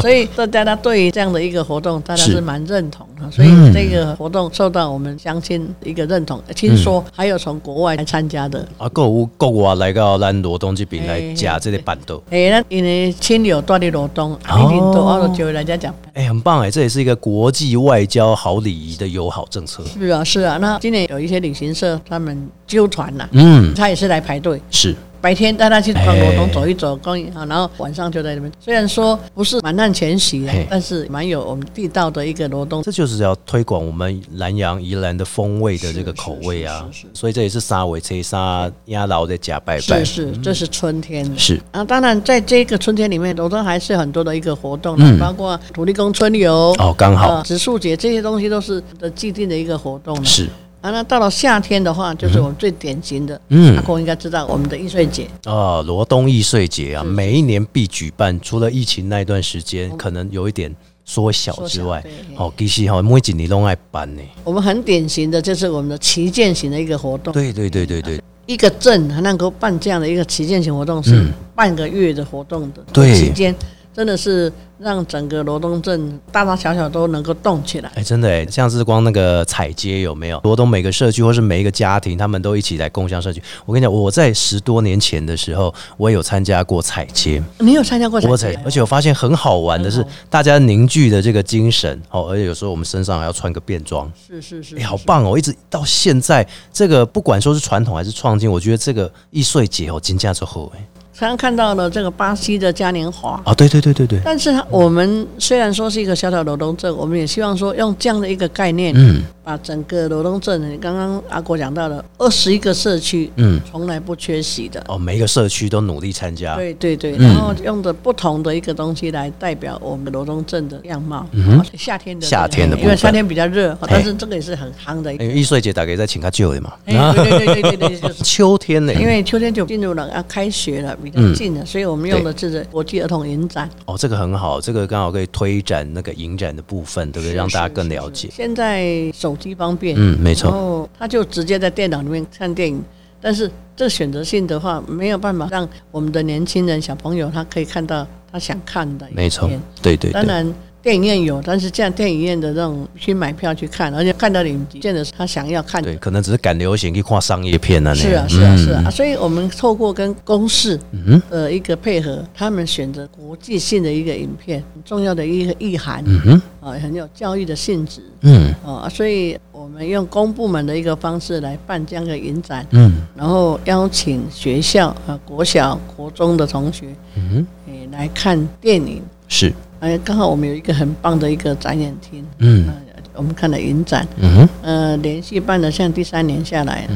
[SPEAKER 2] 所以大家呢对于这样的一个活动，大家
[SPEAKER 1] 是
[SPEAKER 2] 是蛮认同的。所以
[SPEAKER 1] 嗯
[SPEAKER 2] 这个活动受到我们乡亲一个认同，听说还有从国外来参加的。
[SPEAKER 1] [LAUGHS] 啊，购物购物啊，来到咱罗东这边来
[SPEAKER 2] 嘿
[SPEAKER 1] 吃这个板豆，
[SPEAKER 2] 哎，那因为亲友住在罗东，
[SPEAKER 1] 哦
[SPEAKER 2] 一定都澳洲就人家讲。
[SPEAKER 1] 哎、很棒哎，这也是一个国际外交好礼仪的友好政策。
[SPEAKER 2] 是啊，是啊。那今年有一些旅行社他们纠团呐、
[SPEAKER 1] 嗯，
[SPEAKER 2] 他也是来排队。
[SPEAKER 1] 是
[SPEAKER 2] 白天带他去逛
[SPEAKER 1] 哎
[SPEAKER 2] 罗东走一走，逛一啊，然后晚上就在那边。虽然说不是满汉全席啊
[SPEAKER 1] 嘿，
[SPEAKER 2] 但是蛮有我们地道的一个罗东。
[SPEAKER 1] 这就是要推广我们南洋宜兰的风味的这个口味啊
[SPEAKER 2] 是是是，
[SPEAKER 1] 所以这也是沙尾车沙鸭老在假拜拜
[SPEAKER 2] 是是，这是春天的。
[SPEAKER 1] 嗯是
[SPEAKER 2] 啊，当然，在这个春天里面，罗东还是很多的一个活动，
[SPEAKER 1] 嗯
[SPEAKER 2] 包括土地公春游
[SPEAKER 1] 哦，刚好
[SPEAKER 2] 呃植树节这些东西都是的既定的一个活动了。
[SPEAKER 1] 是
[SPEAKER 2] 啊，那到了夏天的话，就是我们最典型的，
[SPEAKER 1] 嗯
[SPEAKER 2] 阿公应该知道我们的易碎节，
[SPEAKER 1] 啊，罗东易碎节啊，每一年必举办，除了疫情那一段时间可能有一点缩小之外
[SPEAKER 2] 嗯缩小对，
[SPEAKER 1] 哦，其实哈每一年都爱办呢，
[SPEAKER 2] 我们很典型的就是我们的旗舰型的一个活动。
[SPEAKER 1] 对对对对对
[SPEAKER 2] 一个镇还能够办这样的一个旗舰型活动，是半个月的活动的
[SPEAKER 1] 嗯对
[SPEAKER 2] 期间，真的是让整个罗东镇大大小小都能够动起来。
[SPEAKER 1] 哎、真的哎，像是光那个彩街有没有？罗东每个社区或是每一个家庭，他们都一起来共享社区。我跟你讲，我在十多年前的时候，我也有参加过彩街，
[SPEAKER 2] 你有参加过
[SPEAKER 1] 我
[SPEAKER 2] 彩
[SPEAKER 1] 才
[SPEAKER 2] 旗吗
[SPEAKER 1] 而且我发现很好玩的是
[SPEAKER 2] 很好，
[SPEAKER 1] 大家凝聚的这个精神哦，而且有时候我们身上还要穿个便装，
[SPEAKER 2] 是是是
[SPEAKER 1] 哎、好棒哦！一直到现在，这个不管说是传统还是创新，我觉得这个易碎节哦，金价之后哎，
[SPEAKER 2] 常常看到了这个巴西的嘉年华。
[SPEAKER 1] 哦，对对对对对，
[SPEAKER 2] 但是它我们虽然说是一个小小罗东镇，我们也希望说用这样的一个概念，
[SPEAKER 1] 嗯
[SPEAKER 2] 把整个罗东镇，刚刚阿国讲到了二十一个社区，
[SPEAKER 1] 嗯，
[SPEAKER 2] 从来不缺席的。
[SPEAKER 1] 哦，每一个社区都努力参加，
[SPEAKER 2] 对对对，
[SPEAKER 1] 嗯
[SPEAKER 2] 然后用着不同的一个东西来代表我们罗东镇的样貌。
[SPEAKER 1] 嗯哼
[SPEAKER 2] 夏天的
[SPEAKER 1] 夏天的部分
[SPEAKER 2] 因为夏天比较热，
[SPEAKER 1] 嘿
[SPEAKER 2] 但是这个也是很夯的。
[SPEAKER 1] 因为易碎哎节大概在请他舅的嘛，
[SPEAKER 2] 哎，对对对
[SPEAKER 1] [LAUGHS]
[SPEAKER 2] 对对对，就是。
[SPEAKER 1] 秋天呢，
[SPEAKER 2] 因为秋天就进入了啊，开学了，比较近
[SPEAKER 1] 嗯
[SPEAKER 2] 了，所以我们用的是国际儿童影展，
[SPEAKER 1] 哦，这个很好，这个刚好可以推展那个影展的部分，对不对？让大家更了解。
[SPEAKER 2] 现在手机方便，
[SPEAKER 1] 嗯，没
[SPEAKER 2] 然
[SPEAKER 1] 错。
[SPEAKER 2] 后哦他就直接在电脑里面看电影。但是这选择性的话，没有办法让我们的年轻人、小朋友他可以看到他想看的影片。
[SPEAKER 1] 没错，对对
[SPEAKER 2] 当
[SPEAKER 1] 对，
[SPEAKER 2] 然，电影院有，但是这样电影院的那种去买票去看，而且看到影集，见的是他想要看的
[SPEAKER 1] 对，。可能只是赶流行去看商业片啊，那
[SPEAKER 2] 是啊，
[SPEAKER 1] 样
[SPEAKER 2] 是啊，
[SPEAKER 1] 嗯
[SPEAKER 2] 是啊，所以我们透过跟公视
[SPEAKER 1] 嗯，
[SPEAKER 2] 的一个配合，他们选择国际性的一个影片，很重要的一个意涵，
[SPEAKER 1] 嗯哼，
[SPEAKER 2] 啊，很有教育的性质，
[SPEAKER 1] 嗯
[SPEAKER 2] 啊，所以我们用公部门的一个方式来办这样的影展，
[SPEAKER 1] 嗯
[SPEAKER 2] 然后邀请学校啊，国小、国中的同学，
[SPEAKER 1] 嗯哼，
[SPEAKER 2] 诶，来看电影，
[SPEAKER 1] 是，
[SPEAKER 2] 哎，刚好我们有一个很棒的一个展演厅，
[SPEAKER 1] 嗯
[SPEAKER 2] 呃我们看了影展，
[SPEAKER 1] 嗯哼，
[SPEAKER 2] 呃，连续办了，像第三年下
[SPEAKER 1] 嗯
[SPEAKER 2] 来，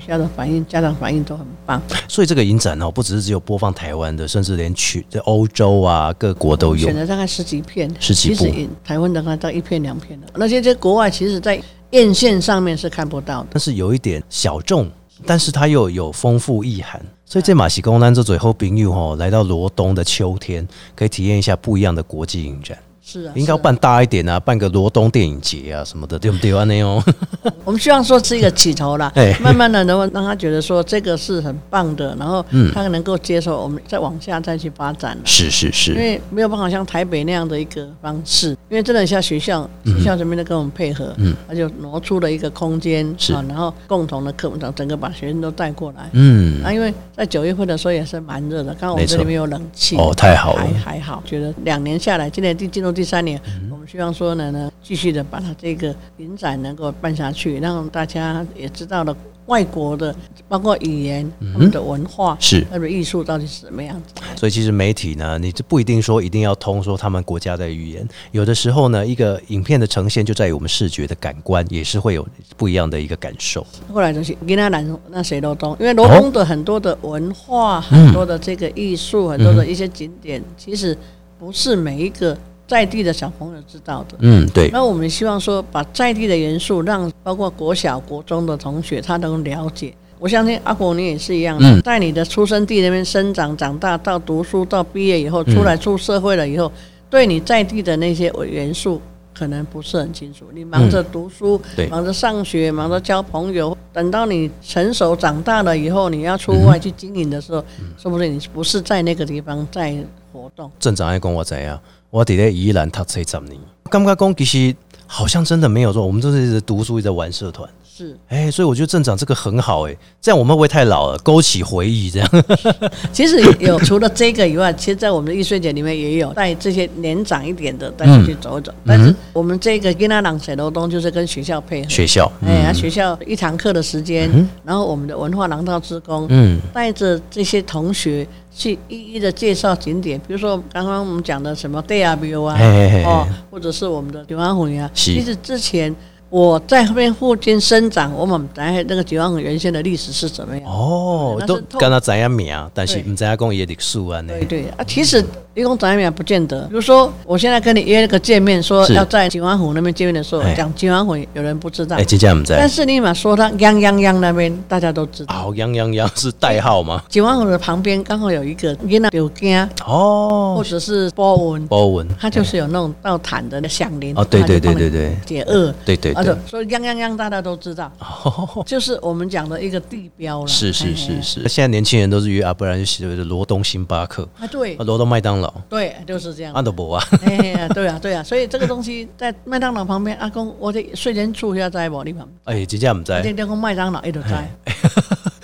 [SPEAKER 2] 学校的反应、家长反应都很棒，
[SPEAKER 1] 所以这个影展哦，不只是只有播放台湾的，甚至连去在欧洲啊各国都有
[SPEAKER 2] 选。了大概十几片，
[SPEAKER 1] 十几
[SPEAKER 2] 其实
[SPEAKER 1] 部
[SPEAKER 2] 也台湾的话到一片两片的，那些在国外其实在院线上面是看不到的。
[SPEAKER 1] 但是有一点小众，但是它又有丰富意涵。所以这马戏公单这最后朋友吼、来到罗东的秋天，可以体验一下不一样的国际影展。
[SPEAKER 2] 是啊，
[SPEAKER 1] 应该
[SPEAKER 2] 是啊
[SPEAKER 1] 办大一点啊，办个罗东电影节啊什么的，对不对啊？那哦，
[SPEAKER 2] 我们希望说是一个起头啦
[SPEAKER 1] 哎，
[SPEAKER 2] 慢慢的能够让他觉得说这个是很棒的，然后
[SPEAKER 1] 嗯
[SPEAKER 2] 他能够接受，我们再往下再去发展了。
[SPEAKER 1] 是是
[SPEAKER 2] 因
[SPEAKER 1] 是，
[SPEAKER 2] 为没有办法像台北那样的一个方式，因为真的像学校，学校这边的跟我们配合，
[SPEAKER 1] 嗯，
[SPEAKER 2] 他就挪出了一个空间，
[SPEAKER 1] 是
[SPEAKER 2] 啊，然后共同的课程，整个把学生都带过来。
[SPEAKER 1] 嗯，
[SPEAKER 2] 啊，因为在九月份的时候也是蛮热的，刚好我们这里没有冷气，
[SPEAKER 1] 哦，太好了嗯
[SPEAKER 2] 还，还好，觉得两年下来，今年第进入第三年，我们希望说呢呢，继续的把它这个影展能够办下去，让大家也知道了外国的，包括语言、他们的文化、
[SPEAKER 1] 嗯是。
[SPEAKER 2] 他们的艺术到底是什么样子。
[SPEAKER 1] 所以其实媒体呢，你这不一定说一定要通说他们国家的语言，有的时候呢，一个影片的呈现就在于我们视觉的感官，也是会有不一样的一个感受。
[SPEAKER 2] 后来就是跟他南那谁罗东，因为罗
[SPEAKER 1] 哦
[SPEAKER 2] 东的很多的文化、很多的这个艺术、很
[SPEAKER 1] 嗯
[SPEAKER 2] 多的一些景点，其实不是每一个在地的小朋友知道的。
[SPEAKER 1] 嗯，对，
[SPEAKER 2] 那我们希望说，把在地的元素，让包括国小、国中的同学他能了解。我相信阿国你也是一样的，
[SPEAKER 1] 嗯
[SPEAKER 2] 在你的出生地那边生长、长大，到读书、到毕业以后，
[SPEAKER 1] 嗯
[SPEAKER 2] 出来出社会了以后，对你在地的那些元素可能不是很清楚。你忙着读书，
[SPEAKER 1] 嗯对
[SPEAKER 2] 忙着上学，忙着交朋友，等到你成熟长大了以后，你要
[SPEAKER 1] 嗯
[SPEAKER 2] 出外去经营的时候，说不定你不是在那个地方在活动。
[SPEAKER 1] 镇长爱跟我怎样，我伫咧宜兰读册十年，感觉讲其实好像真的没有说，我们就是一直读书，一直玩社团，
[SPEAKER 2] 是，
[SPEAKER 1] 哎、所以我觉得镇长这个很好哎、这样我们会不会太老了，勾起回忆这样？
[SPEAKER 2] 其实有除了这个以外，其实，在我们的艺术节里面也有带这些年长一点的带出
[SPEAKER 1] 嗯
[SPEAKER 2] 去走一走。但是我们这个跟他朗水楼东就是跟学校配合，
[SPEAKER 1] [LAUGHS] 学校，
[SPEAKER 2] 哎呀，
[SPEAKER 1] 嗯
[SPEAKER 2] 学校一堂课的时间，然后我们的文化廊道职工，
[SPEAKER 1] 嗯，
[SPEAKER 2] 带着这些同学去一一的介绍景点，比如说刚刚我们讲的什么 d a b 啊，
[SPEAKER 1] 嘿嘿嘿
[SPEAKER 2] 哦，或者是我们的九安湖呀。
[SPEAKER 1] 是
[SPEAKER 2] 啊其实之前我在那边附近生长，我们在那个九安湖原先的历史是怎么样？
[SPEAKER 1] 哦，
[SPEAKER 2] 那是
[SPEAKER 1] 都
[SPEAKER 2] 透
[SPEAKER 1] 跟他知影名，啊但是
[SPEAKER 2] 对
[SPEAKER 1] 唔知影讲伊历史安呢
[SPEAKER 2] 对。对啊，其实一共展览不见得。比如说，我现在跟你约了个见面，说
[SPEAKER 1] 是
[SPEAKER 2] 要在九安湖那边见面的时候
[SPEAKER 1] 哎，
[SPEAKER 2] 讲九安湖，有人不知道
[SPEAKER 1] 哎、，真正唔知。
[SPEAKER 2] 但是你马说他泱泱泱那边大家都知道。
[SPEAKER 1] 哦，杨杨杨是代号吗？
[SPEAKER 2] 九安湖的旁边刚好有一个伊那柳根，或
[SPEAKER 1] 哦，
[SPEAKER 2] 者是波纹，
[SPEAKER 1] 波文，
[SPEAKER 2] 它就是有那种倒弹的响铃。
[SPEAKER 1] 哦对
[SPEAKER 2] 它就
[SPEAKER 1] 对
[SPEAKER 2] 帮
[SPEAKER 1] 对
[SPEAKER 2] 你
[SPEAKER 1] 对对
[SPEAKER 2] 解饿。
[SPEAKER 1] 对对对
[SPEAKER 2] 而且，所以泱泱泱大家都知道，
[SPEAKER 1] 哦，
[SPEAKER 2] 就是我们讲的一个地标哎了。
[SPEAKER 1] 是 [LAUGHS] 是
[SPEAKER 2] 嘿嘿
[SPEAKER 1] 是是，现在年轻人都是约啊，不然就是罗东星巴克，
[SPEAKER 2] 啊，对
[SPEAKER 1] 啊罗东麦当劳，
[SPEAKER 2] 对，就是这样。
[SPEAKER 1] 安德伯啊， [LAUGHS]
[SPEAKER 2] 哎呀，对啊，对啊，所以这个东西在麦当劳旁边，阿公我的睡前处要在我你旁边，
[SPEAKER 1] 哎，真正唔
[SPEAKER 2] 我
[SPEAKER 1] 知。
[SPEAKER 2] 今天讲麦当劳一直在，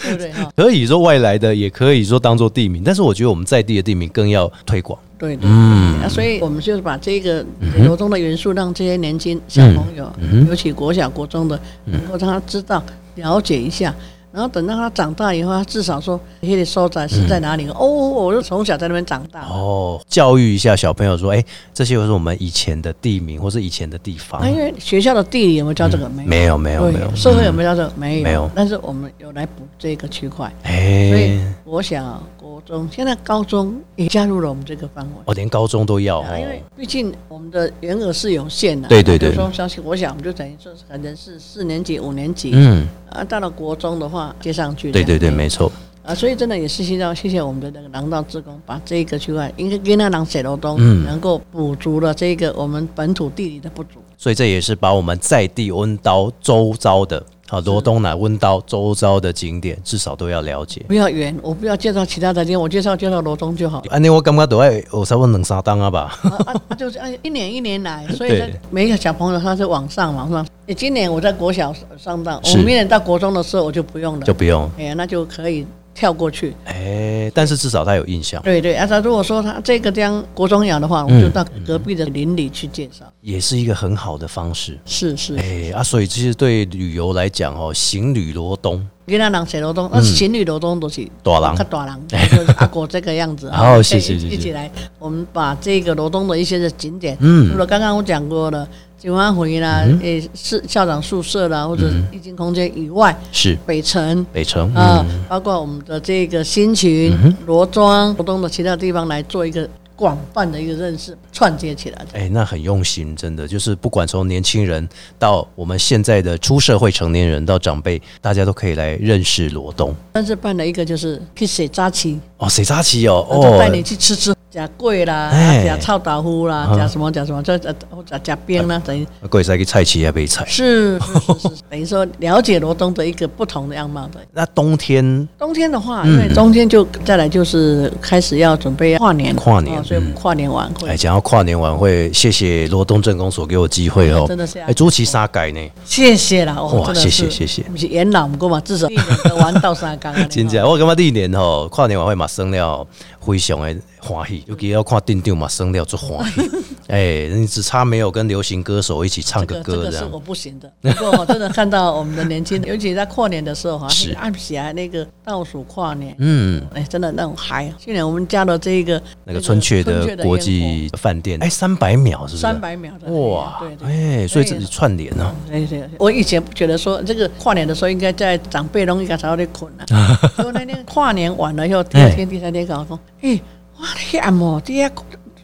[SPEAKER 2] 对不对哈？
[SPEAKER 1] 可以说外来的，也可以说当做地名，但是我觉得我们在地的地名更要推广。
[SPEAKER 2] 对对
[SPEAKER 1] 嗯
[SPEAKER 2] 啊，所以我们就是把这个流动的元素，让这些年轻小朋友，
[SPEAKER 1] 嗯
[SPEAKER 2] 尤其国小、国中的，能够让他知道、了解一下。然后等到他长大以后，他至少说那些所在是在哪里？哦，我是从小在那边长大。
[SPEAKER 1] 嗯哦，教育一下小朋友说，哎，这些都是我们以前的地名或是以前的地方
[SPEAKER 2] 啊，。因为学校的地理有没有教这个？没有，
[SPEAKER 1] 没有嗯没有
[SPEAKER 2] 对
[SPEAKER 1] 没有，嗯
[SPEAKER 2] 社会有没有教这个？没有，
[SPEAKER 1] 没有
[SPEAKER 2] 但是我们有来补这个区块，所以
[SPEAKER 1] 哎，
[SPEAKER 2] 国小、国中，现在高中也加入了我们这个范围。
[SPEAKER 1] 哦，连高中都要
[SPEAKER 2] 啊，因为
[SPEAKER 1] 哦。
[SPEAKER 2] 毕竟我们的员额是有限的。啊
[SPEAKER 1] 对对对
[SPEAKER 2] 比如说，像我想，我们就等于说，可能是四年级、五年级，
[SPEAKER 1] 嗯，
[SPEAKER 2] 啊，到了国中的话，接上去。
[SPEAKER 1] 对对对，
[SPEAKER 2] 这样
[SPEAKER 1] 没错。
[SPEAKER 2] 啊，所以真的也是需要谢谢我们的那个廊道职工，把这个区块，应该跟那廊水楼东，
[SPEAKER 1] 嗯
[SPEAKER 2] 能够补足了这个我们本土地理的不足。
[SPEAKER 1] 所以这也是把我们在地温刀周遭的，好罗东南温刀周遭的景点至少都要了解。
[SPEAKER 2] 不要远，我不要介绍其他的地方，我介绍介绍罗东就好。
[SPEAKER 1] [LAUGHS] 安尼我感觉都要有差不多两三档啊吧。
[SPEAKER 2] 啊啊啊，就是哎，一年一年来，所以
[SPEAKER 1] 对
[SPEAKER 2] 呢每一个小朋友他是往上往上。哎今年我在国小上到，我
[SPEAKER 1] 是
[SPEAKER 2] 明年到国中的时候我就不用
[SPEAKER 1] [LAUGHS]
[SPEAKER 2] 了，
[SPEAKER 1] 就不用。
[SPEAKER 2] 哎呀，那就可以跳过去。
[SPEAKER 1] [LAUGHS] 哎、但是至少他有印象，
[SPEAKER 2] 对对，啊，他如果说他这个地方国中养的话，
[SPEAKER 1] 嗯
[SPEAKER 2] 我们就到隔壁的邻里去介绍。
[SPEAKER 1] [LAUGHS] 也是一个很好的方式。
[SPEAKER 2] 是是
[SPEAKER 1] 哎、，啊，所以其实对旅游来讲哦，行旅罗东，
[SPEAKER 2] 跟他人谁楼东，那啊情侣楼东都是
[SPEAKER 1] 嗯大人。
[SPEAKER 2] 较大人，就是阿国这个样子
[SPEAKER 1] 哦
[SPEAKER 2] 我们
[SPEAKER 1] 是
[SPEAKER 2] 可以
[SPEAKER 1] 是是
[SPEAKER 2] 一起来，我们把这个罗东的一些的景点，
[SPEAKER 1] 嗯
[SPEAKER 2] 除了刚刚我讲过的九安回啦，啊诶、是校长宿舍啊
[SPEAKER 1] 嗯
[SPEAKER 2] 啦，或者易经空间以外，
[SPEAKER 1] 是
[SPEAKER 2] 北城
[SPEAKER 1] 北城
[SPEAKER 2] 啊、
[SPEAKER 1] 嗯
[SPEAKER 2] 包括我们的这个新群、罗庄、罗东的其他地方来做一个广泛的一个认识，串接起来。
[SPEAKER 1] 哎、那很用心，真的就是不管从年轻人到我们现在的出社会成年人到长辈，大家都可以来认识罗东。
[SPEAKER 2] 但是办了一个就是去水扎旗，
[SPEAKER 1] 哦，谁扎旗哦？
[SPEAKER 2] 就带你
[SPEAKER 1] 哦，
[SPEAKER 2] 去吃吃。假贵啦，
[SPEAKER 1] 哎
[SPEAKER 2] 假臭豆腐啦
[SPEAKER 1] 嗯，
[SPEAKER 2] 假什么假什么，这假假假冰啦，等于
[SPEAKER 1] 贵在给菜旗也被菜。
[SPEAKER 2] 是是是是，等于说了解罗东的一个不同的样貌的。
[SPEAKER 1] 那冬天
[SPEAKER 2] 冬天的话，因为冬天就再来就是开始要准备跨年，
[SPEAKER 1] 跨年
[SPEAKER 2] 哦所以我
[SPEAKER 1] 嗯
[SPEAKER 2] 们跨年晚会
[SPEAKER 1] 哎，。讲到跨年晚会，谢谢罗东镇公所给我机会哦，
[SPEAKER 2] 真的是啊
[SPEAKER 1] 哎，朱旗沙改呢，
[SPEAKER 2] 谢谢啦，哦
[SPEAKER 1] 哇
[SPEAKER 2] 真的是
[SPEAKER 1] 谢谢谢谢。
[SPEAKER 2] 不是元老过嘛，至少一年都玩到三更啊
[SPEAKER 1] 真
[SPEAKER 2] 你看
[SPEAKER 1] 正我感觉历年吼跨年晚会嘛生了非常的欢喜，尤其要看定定嘛生了足欢
[SPEAKER 2] [LAUGHS]
[SPEAKER 1] 喜，哎，你只差没有跟流行歌手一起唱
[SPEAKER 2] 这
[SPEAKER 1] 个
[SPEAKER 2] 个这
[SPEAKER 1] 歌
[SPEAKER 2] 个
[SPEAKER 1] 这
[SPEAKER 2] 是
[SPEAKER 1] 样
[SPEAKER 2] 我。不行的，不过我真的看到我们的年轻人，尤其在跨年的时候哈，
[SPEAKER 1] 是
[SPEAKER 2] 那个暗霞那个倒数跨年，
[SPEAKER 1] 嗯，
[SPEAKER 2] 哎，真的那种嗨。去年我们加了这一个
[SPEAKER 1] 那个春雀
[SPEAKER 2] 春
[SPEAKER 1] 的
[SPEAKER 2] 烟火
[SPEAKER 1] 国际饭店，哎，三百秒是不是？
[SPEAKER 2] 三百秒的
[SPEAKER 1] 哇
[SPEAKER 2] 对，对。
[SPEAKER 1] 哎，所以这是串联哦。
[SPEAKER 2] 对对，对我以前不觉得说这个跨年的时候应该在长辈拢应该才会困
[SPEAKER 1] [LAUGHS]
[SPEAKER 2] 啊。结果那天跨年完了以后，第二天、第三天跟我讲，哎，我天暗哦，底下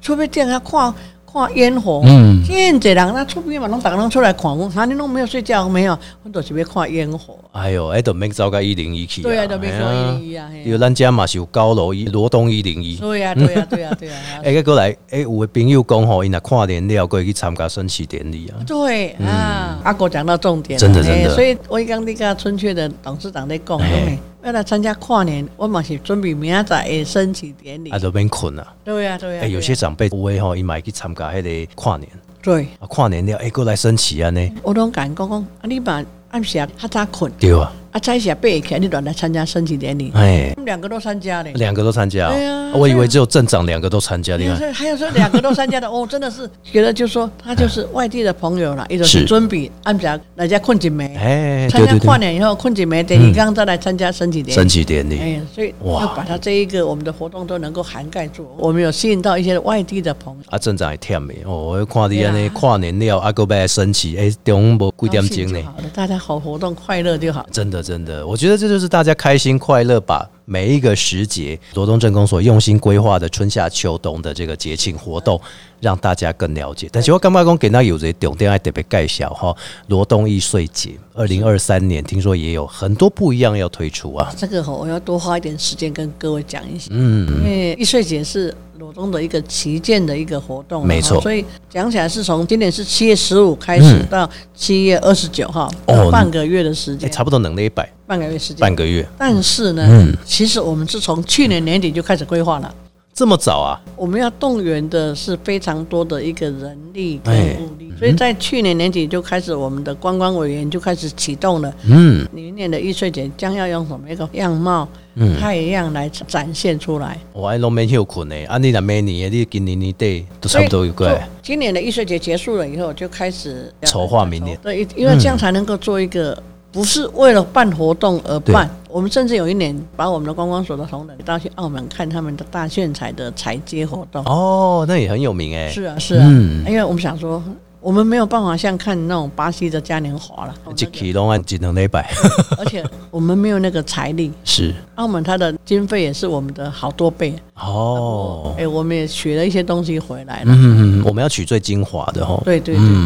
[SPEAKER 2] 出面店啊看看烟火，嗯，真侪人那出面嘛，拢大家拢出来看，我啊喊你拢没有睡觉没有？我都是要看烟火。 [LAUGHS]
[SPEAKER 1] 哎呦，哎，都免走个一零一去啊。
[SPEAKER 2] 对啊就免走101啊
[SPEAKER 1] 哎呀
[SPEAKER 2] 嘿啊
[SPEAKER 1] 因为咱家嘛是有高楼一罗东一零一。
[SPEAKER 2] 对呀、对呀、啊对呀、对呀、
[SPEAKER 1] 哎，个过来，哎、有的朋友讲吼，因若跨年了，过去参加升旗典礼啊。
[SPEAKER 2] 对啊，阿国讲到重点了，
[SPEAKER 1] 嗯真
[SPEAKER 2] 哎
[SPEAKER 1] 的真的
[SPEAKER 2] 嘿所以我刚那个春雀的董事长在讲，
[SPEAKER 1] 嘿
[SPEAKER 2] 讲要来参加跨年，我嘛是准备明仔载的升旗典礼
[SPEAKER 1] 啊，。都免困啊！
[SPEAKER 2] 对呀，对
[SPEAKER 1] 哎、
[SPEAKER 2] 呀，
[SPEAKER 1] 有些长辈有诶吼，伊嘛会去参加迄个跨年，
[SPEAKER 2] 对，嗯
[SPEAKER 1] 啊，跨年了，哎、过来升旗啊呢，
[SPEAKER 2] 我拢敢讲讲，啊，你把啊暗时啊较早困，
[SPEAKER 1] 对啊，
[SPEAKER 2] 啊早起啊八点起来，你乱来参加升旗典礼，
[SPEAKER 1] 哎，
[SPEAKER 2] 他们两个都参加嘞。
[SPEAKER 1] 两个都参加哦、
[SPEAKER 2] 对啊
[SPEAKER 1] 我以为只有镇长两个都参加，你
[SPEAKER 2] 还有
[SPEAKER 1] 看，
[SPEAKER 2] 说还有说两个都参加的，哦，真的是觉得就说他就是外地的朋友啦，一种
[SPEAKER 1] 是
[SPEAKER 2] 是准备按讲人家困几枚，
[SPEAKER 1] 哎，
[SPEAKER 2] 参
[SPEAKER 1] 对嗯
[SPEAKER 2] 加
[SPEAKER 1] 对
[SPEAKER 2] 跨
[SPEAKER 1] 对，
[SPEAKER 2] 年以后困几枚，等一刚再来参加升旗典
[SPEAKER 1] 升
[SPEAKER 2] 礼。
[SPEAKER 1] 旗典礼，
[SPEAKER 2] 哎，所以
[SPEAKER 1] 哇
[SPEAKER 2] 要把它这一个我们的活动都能够涵盖住，我们有吸引到一些外地的朋友。
[SPEAKER 1] 啊，镇长也忝的哦，我看你安尼
[SPEAKER 2] 对啊
[SPEAKER 1] 跨年了，啊，个要升旗，哎、中午无几点钟
[SPEAKER 2] 高兴就
[SPEAKER 1] 呢？
[SPEAKER 2] 好了，大家好，活动快乐就好。
[SPEAKER 1] 真的，真的，我觉得这就是大家开心快乐，把每一个时节，罗东镇公所用心规划的春夏秋冬的这个节庆活动，让大家更了解。但是我感觉讲给那有这重点要特别介绍哈，罗东易碎节，二零二三年听说也有很多不一样要推出啊。
[SPEAKER 2] 这个吼，我要多花一点时间跟各位讲一下，
[SPEAKER 1] 嗯，
[SPEAKER 2] 因为易碎节是罗东的一个旗舰的一个活动，啊
[SPEAKER 1] 没错嗯
[SPEAKER 2] 所以讲起来是从今年是七月十五开始到七月二十九号，
[SPEAKER 1] 哦
[SPEAKER 2] 半个月的时
[SPEAKER 1] 哎、
[SPEAKER 2] 间，
[SPEAKER 1] 差不多能力一百
[SPEAKER 2] 半个月时间
[SPEAKER 1] 半。个嗯月，
[SPEAKER 2] 但是呢，其实我们是从去年年底就开始规划了，
[SPEAKER 1] 这么早啊？
[SPEAKER 2] 我们要动员的是非常多的一个人力跟
[SPEAKER 1] 哎
[SPEAKER 2] 物力，所以在去年年底就开始，我们的观光委员就开始启动了。
[SPEAKER 1] 嗯，
[SPEAKER 2] 明年的易碎节将要用什么一个样貌、
[SPEAKER 1] 嗯
[SPEAKER 2] 太阳来展现出来？
[SPEAKER 1] 我爱拢免休困的，啊，你若明年的，你今年年底都差不多有过
[SPEAKER 2] 所以
[SPEAKER 1] 来
[SPEAKER 2] 就。今年的易碎节结束了以后，就开始要
[SPEAKER 1] 筹划明年
[SPEAKER 2] 对，因为这样才能够做一个。不是为了办活动而办，我们甚至有一年把我们的观光所的同仁到去澳门看他们的大炫彩的彩街活动。
[SPEAKER 1] 哦，那也很有名哎、
[SPEAKER 2] 是啊，是啊，
[SPEAKER 1] 嗯
[SPEAKER 2] 因为我们想说，我们没有办法像看那种巴西的嘉年华了，
[SPEAKER 1] 一期拢按一两礼拜，
[SPEAKER 2] 而且我们没有那个财力。
[SPEAKER 1] [LAUGHS] 是
[SPEAKER 2] 澳门它的经费也是我们的好多倍，
[SPEAKER 1] 哦
[SPEAKER 2] 哎、。我们也学了一些东西回来了。
[SPEAKER 1] 嗯，我们要取最精华的哦。
[SPEAKER 2] 对对对、对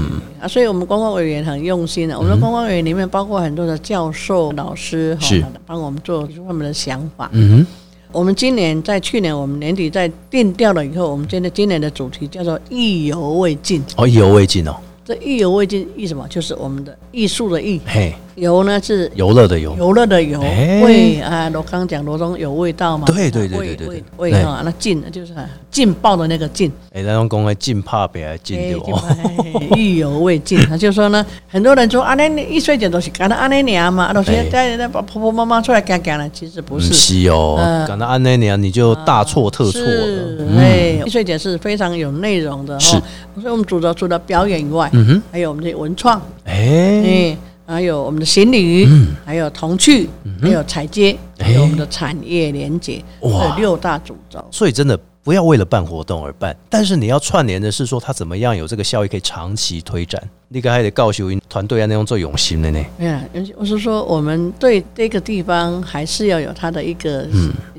[SPEAKER 2] 啊！所以我们观光委员很用心的、啊我们的观光委员里面包括很多的教授、老师，
[SPEAKER 1] 嗯
[SPEAKER 2] 哈
[SPEAKER 1] 是
[SPEAKER 2] 帮我们做提出他们的想法。
[SPEAKER 1] 嗯
[SPEAKER 2] 我们今年在去年我们年底在定调了以后，我们今天今年的主题叫做意犹未尽。
[SPEAKER 1] 哼，哦，意犹未尽哦，
[SPEAKER 2] 这意犹未尽意什么？就是我们的艺术的意，
[SPEAKER 1] 嘿，
[SPEAKER 2] 游呢是
[SPEAKER 1] 游乐的游，
[SPEAKER 2] 游乐的游，
[SPEAKER 1] 哎
[SPEAKER 2] 味啊，罗刚讲罗中有味道嘛，
[SPEAKER 1] 对对对
[SPEAKER 2] 味
[SPEAKER 1] 对对
[SPEAKER 2] 味
[SPEAKER 1] 对
[SPEAKER 2] 味啊，那劲呢就是很劲爆的那个劲，
[SPEAKER 1] 哎，咱拢讲的尽怕别尽
[SPEAKER 2] 哎
[SPEAKER 1] 对
[SPEAKER 2] 劲
[SPEAKER 1] 哦
[SPEAKER 2] 爆，
[SPEAKER 1] [LAUGHS]
[SPEAKER 2] 哎意犹未尽。他就说呢，很多人说啊，那一岁钱都是干了啊安尼娘嘛，都是
[SPEAKER 1] 哎
[SPEAKER 2] 家人把婆婆妈妈出来干干了，其实不
[SPEAKER 1] 嗯
[SPEAKER 2] 是。
[SPEAKER 1] 是哦，
[SPEAKER 2] 嗯
[SPEAKER 1] 讲到安那年你就大错特错
[SPEAKER 2] 是
[SPEAKER 1] 了。，
[SPEAKER 2] 哎，易碎姐是非常有内容的
[SPEAKER 1] 是
[SPEAKER 2] 哈，所以我们除了除了表演以外，
[SPEAKER 1] 嗯哼，
[SPEAKER 2] 还有我们的文创，
[SPEAKER 1] 哎，
[SPEAKER 2] 哎，还有我们的行旅，还有童趣，还有彩街，
[SPEAKER 1] 嗯哎
[SPEAKER 2] 还有我们的产业连结，
[SPEAKER 1] 哇
[SPEAKER 2] 这六大主轴。
[SPEAKER 1] 所以真的不要为了办活动而办，但是你要串联的是说它怎么样有这个效益可以长期推展。你刚才得告诉团队安那种最用心的呢，
[SPEAKER 2] 哎呀，而且我是说，我们对这个地方还是要有它的一个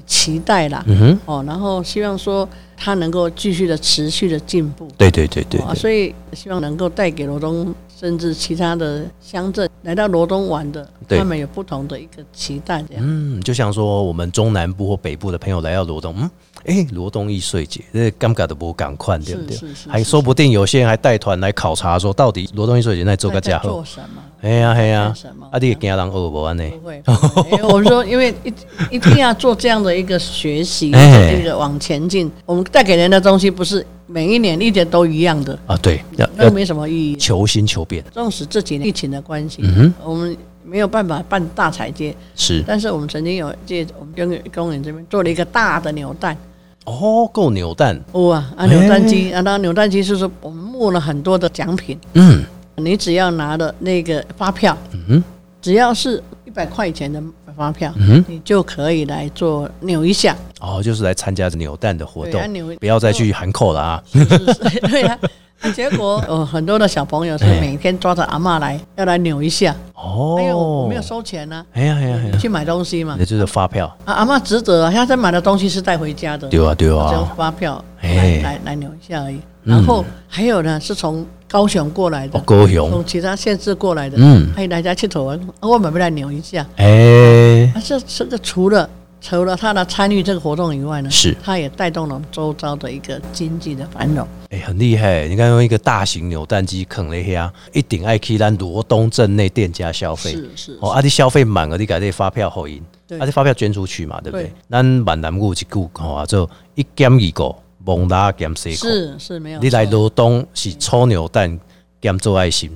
[SPEAKER 2] 期待啦。
[SPEAKER 1] 嗯哼，
[SPEAKER 2] 哦，然后希望说它能够继续的持续的进步。
[SPEAKER 1] 对对对对
[SPEAKER 2] 哦啊，所以希望能够带给罗东，甚至其他的乡镇来到罗东玩的，
[SPEAKER 1] 对
[SPEAKER 2] 他们有不同的一个期待。这样，
[SPEAKER 1] 嗯，就像说我们中南部或北部的朋友来到罗东，嗯，哎，罗东易碎节，这尴尬的不赶快，对不对？
[SPEAKER 2] 是是是
[SPEAKER 1] 还
[SPEAKER 2] 是
[SPEAKER 1] 说不定有些人还带团来考察，说到底罗东易碎节在做
[SPEAKER 2] 在
[SPEAKER 1] 个
[SPEAKER 2] 在
[SPEAKER 1] 家伙
[SPEAKER 2] 做。什么？
[SPEAKER 1] 哎呀哎呀
[SPEAKER 2] 在做什么，嗯
[SPEAKER 1] 啊，你也惊人恶无安呢？
[SPEAKER 2] 不会，不会因
[SPEAKER 1] [LAUGHS]
[SPEAKER 2] 为我们说，因为一一定要做这样的一个学习，
[SPEAKER 1] 哎
[SPEAKER 2] 这个往前进。我们带给人的东西不是每一年一点都一样的，
[SPEAKER 1] 啊，对，要
[SPEAKER 2] 那
[SPEAKER 1] 要
[SPEAKER 2] 没什么意义。
[SPEAKER 1] 求新求变，
[SPEAKER 2] 纵使这几年疫情的关系，
[SPEAKER 1] 嗯哼
[SPEAKER 2] 我们没有办法办大彩街，
[SPEAKER 1] 是
[SPEAKER 2] 但是我们曾经有借我们公园公园这边做了一个大的扭蛋，
[SPEAKER 1] 哦，够扭蛋，
[SPEAKER 2] 哦啊，
[SPEAKER 1] 哎
[SPEAKER 2] 啊扭蛋机，啊那扭蛋机是说我们募了很多的奖品，
[SPEAKER 1] 嗯
[SPEAKER 2] 你只要拿了那个发票，
[SPEAKER 1] 嗯哼
[SPEAKER 2] 只要是一百块钱的发票，
[SPEAKER 1] 嗯
[SPEAKER 2] 你就可以来做扭一下。 [LAUGHS]
[SPEAKER 1] 哦，就是来参加扭蛋的活
[SPEAKER 2] 对啊扭
[SPEAKER 1] 动，不要再去喊扣了啊！
[SPEAKER 2] 是是是，对啊。那结果，呃，很多的小朋友是
[SPEAKER 1] 哎
[SPEAKER 2] 每天抓着阿嬷来，要来扭一下。哎呦，我
[SPEAKER 1] 哦
[SPEAKER 2] 没有，嗯收钱呢、
[SPEAKER 1] 哎呀哎呀哎
[SPEAKER 2] 你
[SPEAKER 1] 呀，
[SPEAKER 2] 去买东西嘛
[SPEAKER 1] 那。就是发票，
[SPEAKER 2] 啊，阿嬷值得、啊，她在买的东西是带回家的，
[SPEAKER 1] 对啊对
[SPEAKER 2] 只有
[SPEAKER 1] 啊，
[SPEAKER 2] 发票
[SPEAKER 1] 哎嗯
[SPEAKER 2] 来来来扭一下而已。然后还有呢，是从高雄过来的
[SPEAKER 1] 哦，，高雄，
[SPEAKER 2] 从其他县市过来的，
[SPEAKER 1] 嗯
[SPEAKER 2] 还有大家去投啊，我买不来扭一下。
[SPEAKER 1] 哎，
[SPEAKER 2] 啊，这这个除了除了他的参与这个活动以外呢，
[SPEAKER 1] 是
[SPEAKER 2] 他也带动了我们周遭的一个经济的繁荣。
[SPEAKER 1] 哎、很厉害！你看用一个大型扭蛋机啃了一下，一定爱去咱罗东镇内店家消费。
[SPEAKER 2] 是是
[SPEAKER 1] 哦，啊，你消费满了，你改这发票后赢，
[SPEAKER 2] 对
[SPEAKER 1] 啊，这发票捐出去嘛，对不对
[SPEAKER 2] 对？
[SPEAKER 1] 咱闽南语有一句吼啊，就一减二个，蒙拉减四个。
[SPEAKER 2] 是是没有错。
[SPEAKER 1] 你来罗东是抽扭蛋减做爱心，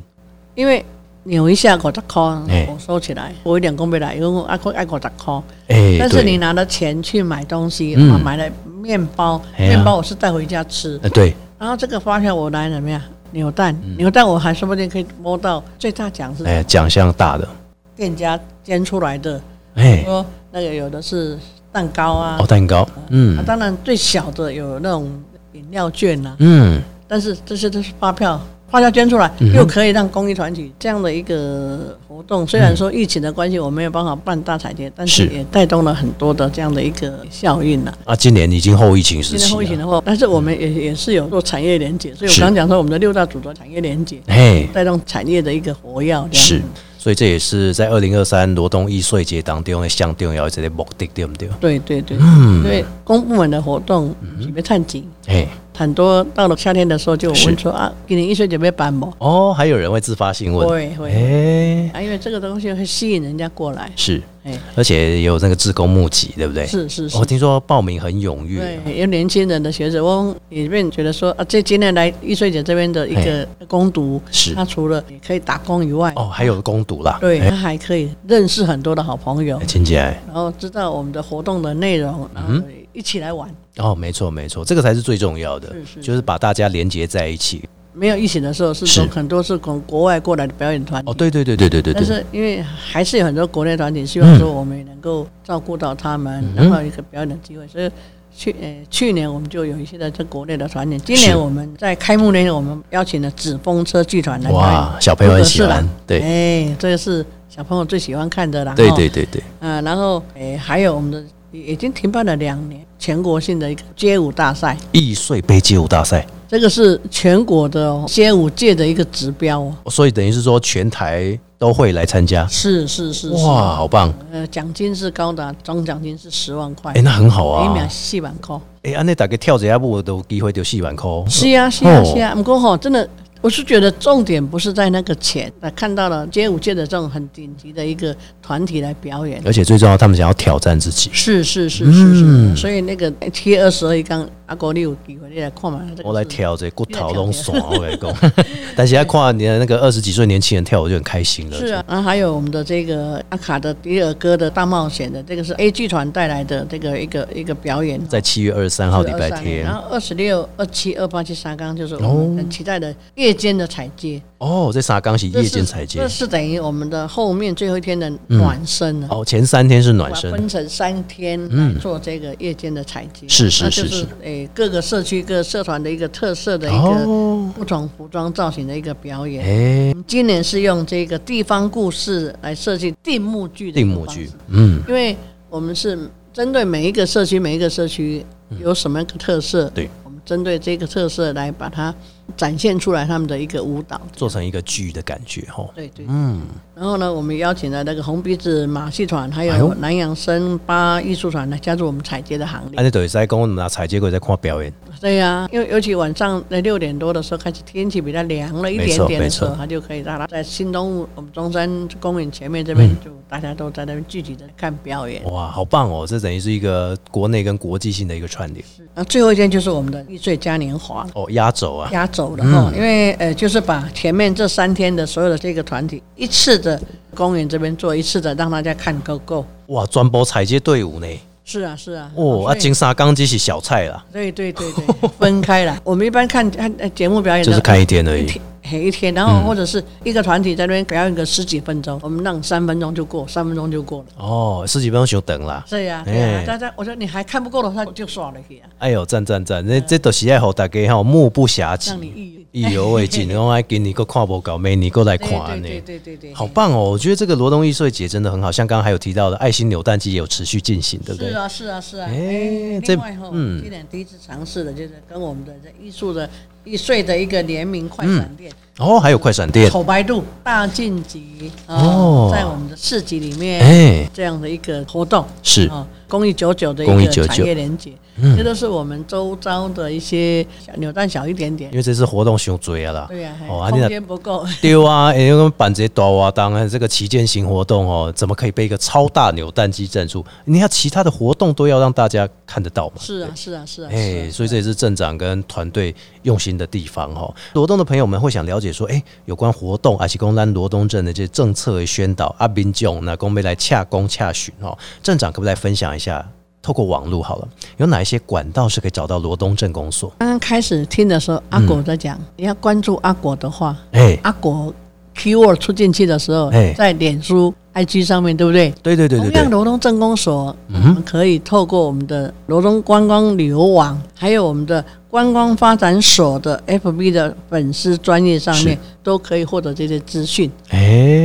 [SPEAKER 2] 因为扭一下五十块，
[SPEAKER 1] 哎
[SPEAKER 2] 我收起来。我一点讲不来，因为我爱爱五十块。
[SPEAKER 1] 哎，
[SPEAKER 2] 但是
[SPEAKER 1] 对
[SPEAKER 2] 你拿了钱去买东西，
[SPEAKER 1] 嗯
[SPEAKER 2] 啊，买了面包，
[SPEAKER 1] 哎呀
[SPEAKER 2] 面包我是带回家吃。
[SPEAKER 1] 呃对，
[SPEAKER 2] 然后这个发票我来怎么样？扭蛋，
[SPEAKER 1] 嗯
[SPEAKER 2] 扭蛋我还说不定可以摸到最大奖是
[SPEAKER 1] 哎，奖项大的，
[SPEAKER 2] 店家煎出来的，
[SPEAKER 1] 哎，
[SPEAKER 2] 说那个有的是蛋糕啊
[SPEAKER 1] 哦，，蛋糕，嗯
[SPEAKER 2] 啊当然最小的有那种饮料券呐、啊，
[SPEAKER 1] 嗯，
[SPEAKER 2] 但是这些都是发票，发票捐出来又可以让公益团体这样的一个活动，虽然说疫情的关系我没有办法办大彩节，但是
[SPEAKER 1] 是
[SPEAKER 2] 也带动了很多的这样的一个效应呐、啊。
[SPEAKER 1] 啊，今年已经后疫情时
[SPEAKER 2] 今天
[SPEAKER 1] 期
[SPEAKER 2] 后疫情
[SPEAKER 1] 了，
[SPEAKER 2] 的话，但是我们也也是有做产业连结，所以我
[SPEAKER 1] 啊是
[SPEAKER 2] 刚讲说我们的六大主轴产业连结，
[SPEAKER 1] 嘿，
[SPEAKER 2] 带动产业的一个活跃。这样
[SPEAKER 1] 是，所以这也是在二零二三罗东易碎节当中的上重要一个目的，对不对？
[SPEAKER 2] 对对对，
[SPEAKER 1] 嗯
[SPEAKER 2] 因为公部门的活动是别太紧，
[SPEAKER 1] 嘿，
[SPEAKER 2] 很多到了夏天的时候就有
[SPEAKER 1] 是
[SPEAKER 2] 问说啊，今年一岁姐妹办吗？
[SPEAKER 1] 哦，还有人会自发性问，
[SPEAKER 2] 会会
[SPEAKER 1] 哎，
[SPEAKER 2] 啊，因为这个东西会吸引人家过来，
[SPEAKER 1] 是，
[SPEAKER 2] 哎，
[SPEAKER 1] 而且也有那个志工募集，对不对？
[SPEAKER 2] 是是是
[SPEAKER 1] 我。听说报名很踊跃啊
[SPEAKER 2] 对，，有年轻人的学者，我里面觉得说啊，这今天来易碎姐这边的一个攻读，
[SPEAKER 1] 是
[SPEAKER 2] 他除了也可以打工以外，
[SPEAKER 1] 哦，还有攻读啦，
[SPEAKER 2] 对
[SPEAKER 1] 哎
[SPEAKER 2] 他还可以认识很多的好朋友，
[SPEAKER 1] 亲姐，哎嗯
[SPEAKER 2] 然后知道我们的活动的内容，然后一起来玩。
[SPEAKER 1] 哦，没错没错，这个才是最重要的
[SPEAKER 2] 是，是
[SPEAKER 1] 就是把大家连接在一起。
[SPEAKER 2] 没有疫情的时候，是
[SPEAKER 1] 是
[SPEAKER 2] 从很多是从国外过来的表演团体。
[SPEAKER 1] 哦，对对对对对对
[SPEAKER 2] 嗯但
[SPEAKER 1] 对，
[SPEAKER 2] 是因为还是有很多国内团体希望说我们也能够照顾到他们，
[SPEAKER 1] 嗯
[SPEAKER 2] 然后有一个表演的机会，所以。去呃，去年我们就有一些在这国内的团体，今
[SPEAKER 1] 是
[SPEAKER 2] 年我们在开幕那天，我们邀请了纸风车剧团来表演
[SPEAKER 1] 哇，小朋友很喜
[SPEAKER 2] 不可
[SPEAKER 1] 欢
[SPEAKER 2] 思，
[SPEAKER 1] 对
[SPEAKER 2] 哎，这个是小朋友最喜欢看的啦。
[SPEAKER 1] 对
[SPEAKER 2] 哦
[SPEAKER 1] 对对对，
[SPEAKER 2] 啊，然后诶，还有我们的已经停办了两年全国性的一个街舞大赛，
[SPEAKER 1] 易碎杯街舞大赛，
[SPEAKER 2] 这个是全国的哦街舞界的一个指标哦。
[SPEAKER 1] 所以等于是说全台都会来参加，
[SPEAKER 2] 是是是，是
[SPEAKER 1] 哇，，好棒！
[SPEAKER 2] 呃，奖金是高达总奖金是十万块
[SPEAKER 1] 哎、，那很好
[SPEAKER 2] 每
[SPEAKER 1] 啊
[SPEAKER 2] 秒。四万块。
[SPEAKER 1] 哎、安内大概跳一下舞都有机会就四万块。
[SPEAKER 2] 是啊是啊是啊，不过吼，真的。我是觉得重点不是在那个钱，那看到了街舞界的这种很顶级的一个团体来表演，
[SPEAKER 1] 而且最重要，他们想要挑战自己。
[SPEAKER 2] 是是是是是，
[SPEAKER 1] 嗯
[SPEAKER 2] 所以那个七月二十二刚阿国你有机会你来看嘛，这个
[SPEAKER 1] 我来
[SPEAKER 2] 是
[SPEAKER 1] 跳这骨头拢
[SPEAKER 2] [LAUGHS]
[SPEAKER 1] 爽，我跟你讲。但是在看你的那个二十几岁年轻人跳，我就很开心了。
[SPEAKER 2] 是啊，然后还有我们的这个阿卡的迪尔哥的大冒险的，这个是 A 剧团带来的这个一个一个表演，
[SPEAKER 1] 在七月二十三号礼拜天
[SPEAKER 2] 然后二十六、二七、二八、七三刚就是
[SPEAKER 1] 哦
[SPEAKER 2] 我们很期待的夜间的彩街，
[SPEAKER 1] 哦，在沙冈是
[SPEAKER 2] 这
[SPEAKER 1] 夜
[SPEAKER 2] 是
[SPEAKER 1] 间彩街嗯
[SPEAKER 2] 这是等于我们的后面最后一天的暖身了。
[SPEAKER 1] 哦，前三天是
[SPEAKER 2] 把
[SPEAKER 1] 暖
[SPEAKER 2] 它
[SPEAKER 1] 身，嗯
[SPEAKER 2] 分成三天来做这个夜间的采集，
[SPEAKER 1] 是是
[SPEAKER 2] 那就是
[SPEAKER 1] 是
[SPEAKER 2] 诶各个社区、各个社团的一个特色的一
[SPEAKER 1] 哦
[SPEAKER 2] 个不同服装造型的一个表演。
[SPEAKER 1] 哎、
[SPEAKER 2] 今年是用这个地方故事来设计定幕剧的一
[SPEAKER 1] 定
[SPEAKER 2] 个
[SPEAKER 1] 模
[SPEAKER 2] 方
[SPEAKER 1] 具
[SPEAKER 2] 式，
[SPEAKER 1] 嗯，
[SPEAKER 2] 因为我们是针对每一个社区，每一个社区有什么样的特色，
[SPEAKER 1] 嗯对，
[SPEAKER 2] 我们针对这个特色来把它展现出来，他们的一个舞蹈。
[SPEAKER 1] 做成一个剧的感觉哈。
[SPEAKER 2] 对对，
[SPEAKER 1] 嗯，
[SPEAKER 2] 然后呢，我们邀请了那个红鼻子马戏团，还
[SPEAKER 1] 哎呦
[SPEAKER 2] 有南洋生巴艺术团来加入我们采街的行列。
[SPEAKER 1] 安内等于在跟我们拿彩街，过在看表演。
[SPEAKER 2] 对呀、因为尤其晚上在六点多的时候开始，天气比较凉了一
[SPEAKER 1] 没
[SPEAKER 2] 点
[SPEAKER 1] 错
[SPEAKER 2] 点
[SPEAKER 1] 没
[SPEAKER 2] 的时候
[SPEAKER 1] 错，
[SPEAKER 2] 它就可以让它在新东路我们中山公园前面这
[SPEAKER 1] 嗯
[SPEAKER 2] 边，就大家都在那边聚集的看表演。
[SPEAKER 1] 哇，好棒哦！这等于是一个国内跟国际性的一个串联
[SPEAKER 2] 那最后一天就是我们的易碎嘉年华
[SPEAKER 1] 哦，压轴啊，
[SPEAKER 2] 压轴了哈，因为呃，就是把前面这三天的所有的这个团体一次的公园这边做一次的，让大家看够够。
[SPEAKER 1] 哇，专播采街队伍呢，
[SPEAKER 2] 是啊，是啊。
[SPEAKER 1] 哦，啊，
[SPEAKER 2] 所以
[SPEAKER 1] 金沙钢机是小菜啦，
[SPEAKER 2] 对对对对， [LAUGHS] 分开了。我们一般看看呃节目表演
[SPEAKER 1] 就是
[SPEAKER 2] 的
[SPEAKER 1] 看一天而
[SPEAKER 2] 一
[SPEAKER 1] 已。
[SPEAKER 2] 天嘿一天，然后或者是一个团体在那边表演个十几分钟，我们让三分钟就过，三分钟就过了。
[SPEAKER 1] 哦，十几分钟就等啦。
[SPEAKER 2] 对呀、对呀、
[SPEAKER 1] 哎
[SPEAKER 2] 大家我说你还看不够的话，就耍了去啊，
[SPEAKER 1] 哎呦，赞赞赞！这这都是爱好大家吼，目不暇
[SPEAKER 2] 嗯让你
[SPEAKER 1] 及，
[SPEAKER 2] 意淫。
[SPEAKER 1] 意犹未
[SPEAKER 2] [LAUGHS]
[SPEAKER 1] 尽。我爱给你个看不搞妹，你过来
[SPEAKER 2] 对
[SPEAKER 1] 看安
[SPEAKER 2] 对对
[SPEAKER 1] 尼，
[SPEAKER 2] 对对对，
[SPEAKER 1] 好棒哦！我觉得这个罗东易碎节真的很好，像刚刚还有提到的爱心扭蛋机也有持续进行，对不
[SPEAKER 2] 是
[SPEAKER 1] 对？
[SPEAKER 2] 啊是啊是啊。
[SPEAKER 1] 哎
[SPEAKER 2] 哎，
[SPEAKER 1] 这
[SPEAKER 2] 另外哈，
[SPEAKER 1] 嗯
[SPEAKER 2] 今年第一次尝试的就是跟我们的这艺术的艺穗的一个联名快闪店。
[SPEAKER 1] 哦，还有快闪店，
[SPEAKER 2] 口白路大晋级啊、
[SPEAKER 1] 哦
[SPEAKER 2] 在我们的市集里面，
[SPEAKER 1] 哎
[SPEAKER 2] 这样的一个活动
[SPEAKER 1] 是
[SPEAKER 2] 啊，公益九九的一
[SPEAKER 1] 公益嗯
[SPEAKER 2] 个
[SPEAKER 1] 99
[SPEAKER 2] 产业连接，这都是我们周遭的一些小扭蛋小一点点
[SPEAKER 1] 因，为这次活动太多啊啦。
[SPEAKER 2] 对呀、
[SPEAKER 1] 嗯哦，
[SPEAKER 2] 嘿
[SPEAKER 1] 啊，你
[SPEAKER 2] 空
[SPEAKER 1] 若
[SPEAKER 2] 间不够， [LAUGHS]
[SPEAKER 1] 对啊，哎、欸，我们板这大活动啊，这个旗舰型活动哦，怎么可以被一个超大扭蛋机赞助？你看其他的活动都要让大家看得到嘛。
[SPEAKER 2] 是啊是啊是啊，
[SPEAKER 1] 哎、
[SPEAKER 2] 是啊
[SPEAKER 1] 所以这也是镇长跟团队用心心的地方哦。罗东的朋友们会想了解说，诶，有关活动啊，是公咱罗东镇的这些政策的宣导啊，民众那公备来洽公洽询哦。镇长可不可以来分享一下？透过网络好了，有哪一些管道是可以找到罗东镇公所？
[SPEAKER 2] 刚刚开始听的时候，阿果在
[SPEAKER 1] 嗯
[SPEAKER 2] 讲，你要关注阿果的话，
[SPEAKER 1] 哎、
[SPEAKER 2] 阿果 keyword 出进去的时候
[SPEAKER 1] 哎，
[SPEAKER 2] 在脸书、IG 上面，对不对？
[SPEAKER 1] 对对对对哎
[SPEAKER 2] 同样，
[SPEAKER 1] 对，
[SPEAKER 2] 罗东镇公所，我
[SPEAKER 1] 嗯
[SPEAKER 2] 们可以透过我们的罗东观光旅游网，还有我们的观光发展所的 FB 的粉丝专业上面
[SPEAKER 1] 是，
[SPEAKER 2] 都可以获得这些资讯。
[SPEAKER 1] 哎、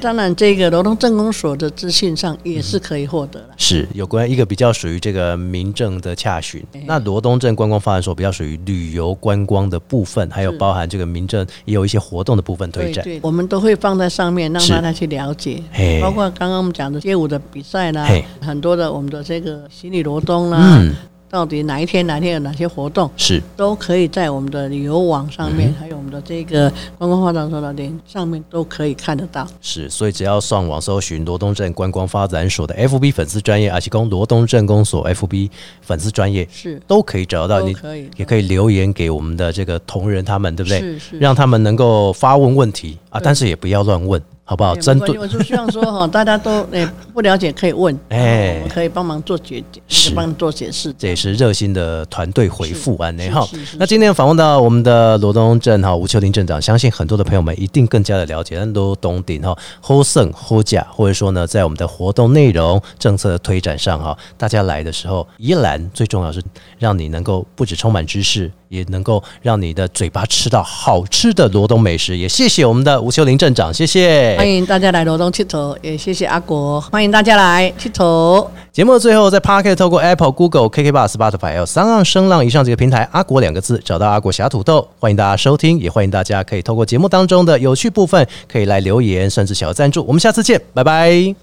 [SPEAKER 2] 当然，这个罗东镇公所的资讯上也是可以获得了。
[SPEAKER 1] 是有关一个比较属于这个民政的洽询，
[SPEAKER 2] 哎
[SPEAKER 1] 那罗东镇观光发展所比较属于旅游观光的部分，还有
[SPEAKER 2] 是
[SPEAKER 1] 包含这个民政也有一些活动的部分推展。
[SPEAKER 2] 对，我们都会放在上面，让
[SPEAKER 1] 是
[SPEAKER 2] 大家去了解。
[SPEAKER 1] 嘿
[SPEAKER 2] 包括刚刚我们讲的街舞的比赛啦
[SPEAKER 1] 嘿，
[SPEAKER 2] 很多的我们的这个洗礼罗东啦，
[SPEAKER 1] 嗯，
[SPEAKER 2] 到底哪一天哪一天有哪些活动，
[SPEAKER 1] 是
[SPEAKER 2] 都可以在我们的旅游网上
[SPEAKER 1] 嗯
[SPEAKER 2] 面，还有我们的这个观光发展所的连上面都可以看得到。
[SPEAKER 1] 是，所以只要上网搜寻罗东镇观光发展所的 FB 粉丝专业，而且供罗东镇公所 FB 粉丝专业
[SPEAKER 2] 是，
[SPEAKER 1] 都可以找到
[SPEAKER 2] 都
[SPEAKER 1] 你，
[SPEAKER 2] 可以
[SPEAKER 1] 也可以留言给我们的这个同仁他们，对不对？
[SPEAKER 2] 是是
[SPEAKER 1] 让他们能够发问问题啊，
[SPEAKER 2] 对
[SPEAKER 1] 但是也不要乱问，好不好？
[SPEAKER 2] 哎
[SPEAKER 1] 针
[SPEAKER 2] 没关系
[SPEAKER 1] 对
[SPEAKER 2] 我就希望说哈，大家都诶、不了解可以问，
[SPEAKER 1] [LAUGHS] 哎
[SPEAKER 2] 我们可以帮忙做解
[SPEAKER 1] 是
[SPEAKER 2] 决，帮忙做解释。
[SPEAKER 1] 这也是热心的团队回复安内
[SPEAKER 2] 是
[SPEAKER 1] 哈
[SPEAKER 2] 是是。
[SPEAKER 1] 那今天访问到我们的罗东镇哈吴秋林镇长，相信很多的朋友们一定更加的了解很多东鼎哈后胜后甲，或者说呢，在我们的活动内容政策的推展上哈，大家来的时候，宜兰最重要是让你能够不止充满知识，也能够让你的嘴巴吃到好吃的罗东美食。也谢谢我们的吴秋林镇长，谢谢。
[SPEAKER 2] 欢迎大家来罗东铁头，也谢谢阿国，欢迎大家来铁头。
[SPEAKER 1] 节目的最后，在 Pocket 透过 Apple、Google、KK Bus、Spotify 还有三浪声浪以上几个平台，阿国两个字找到阿国侠土豆，欢迎大家收听，也欢迎大家可以透过节目当中的有趣部分，可以来留言，甚至小额赞助。我们下次见，拜拜。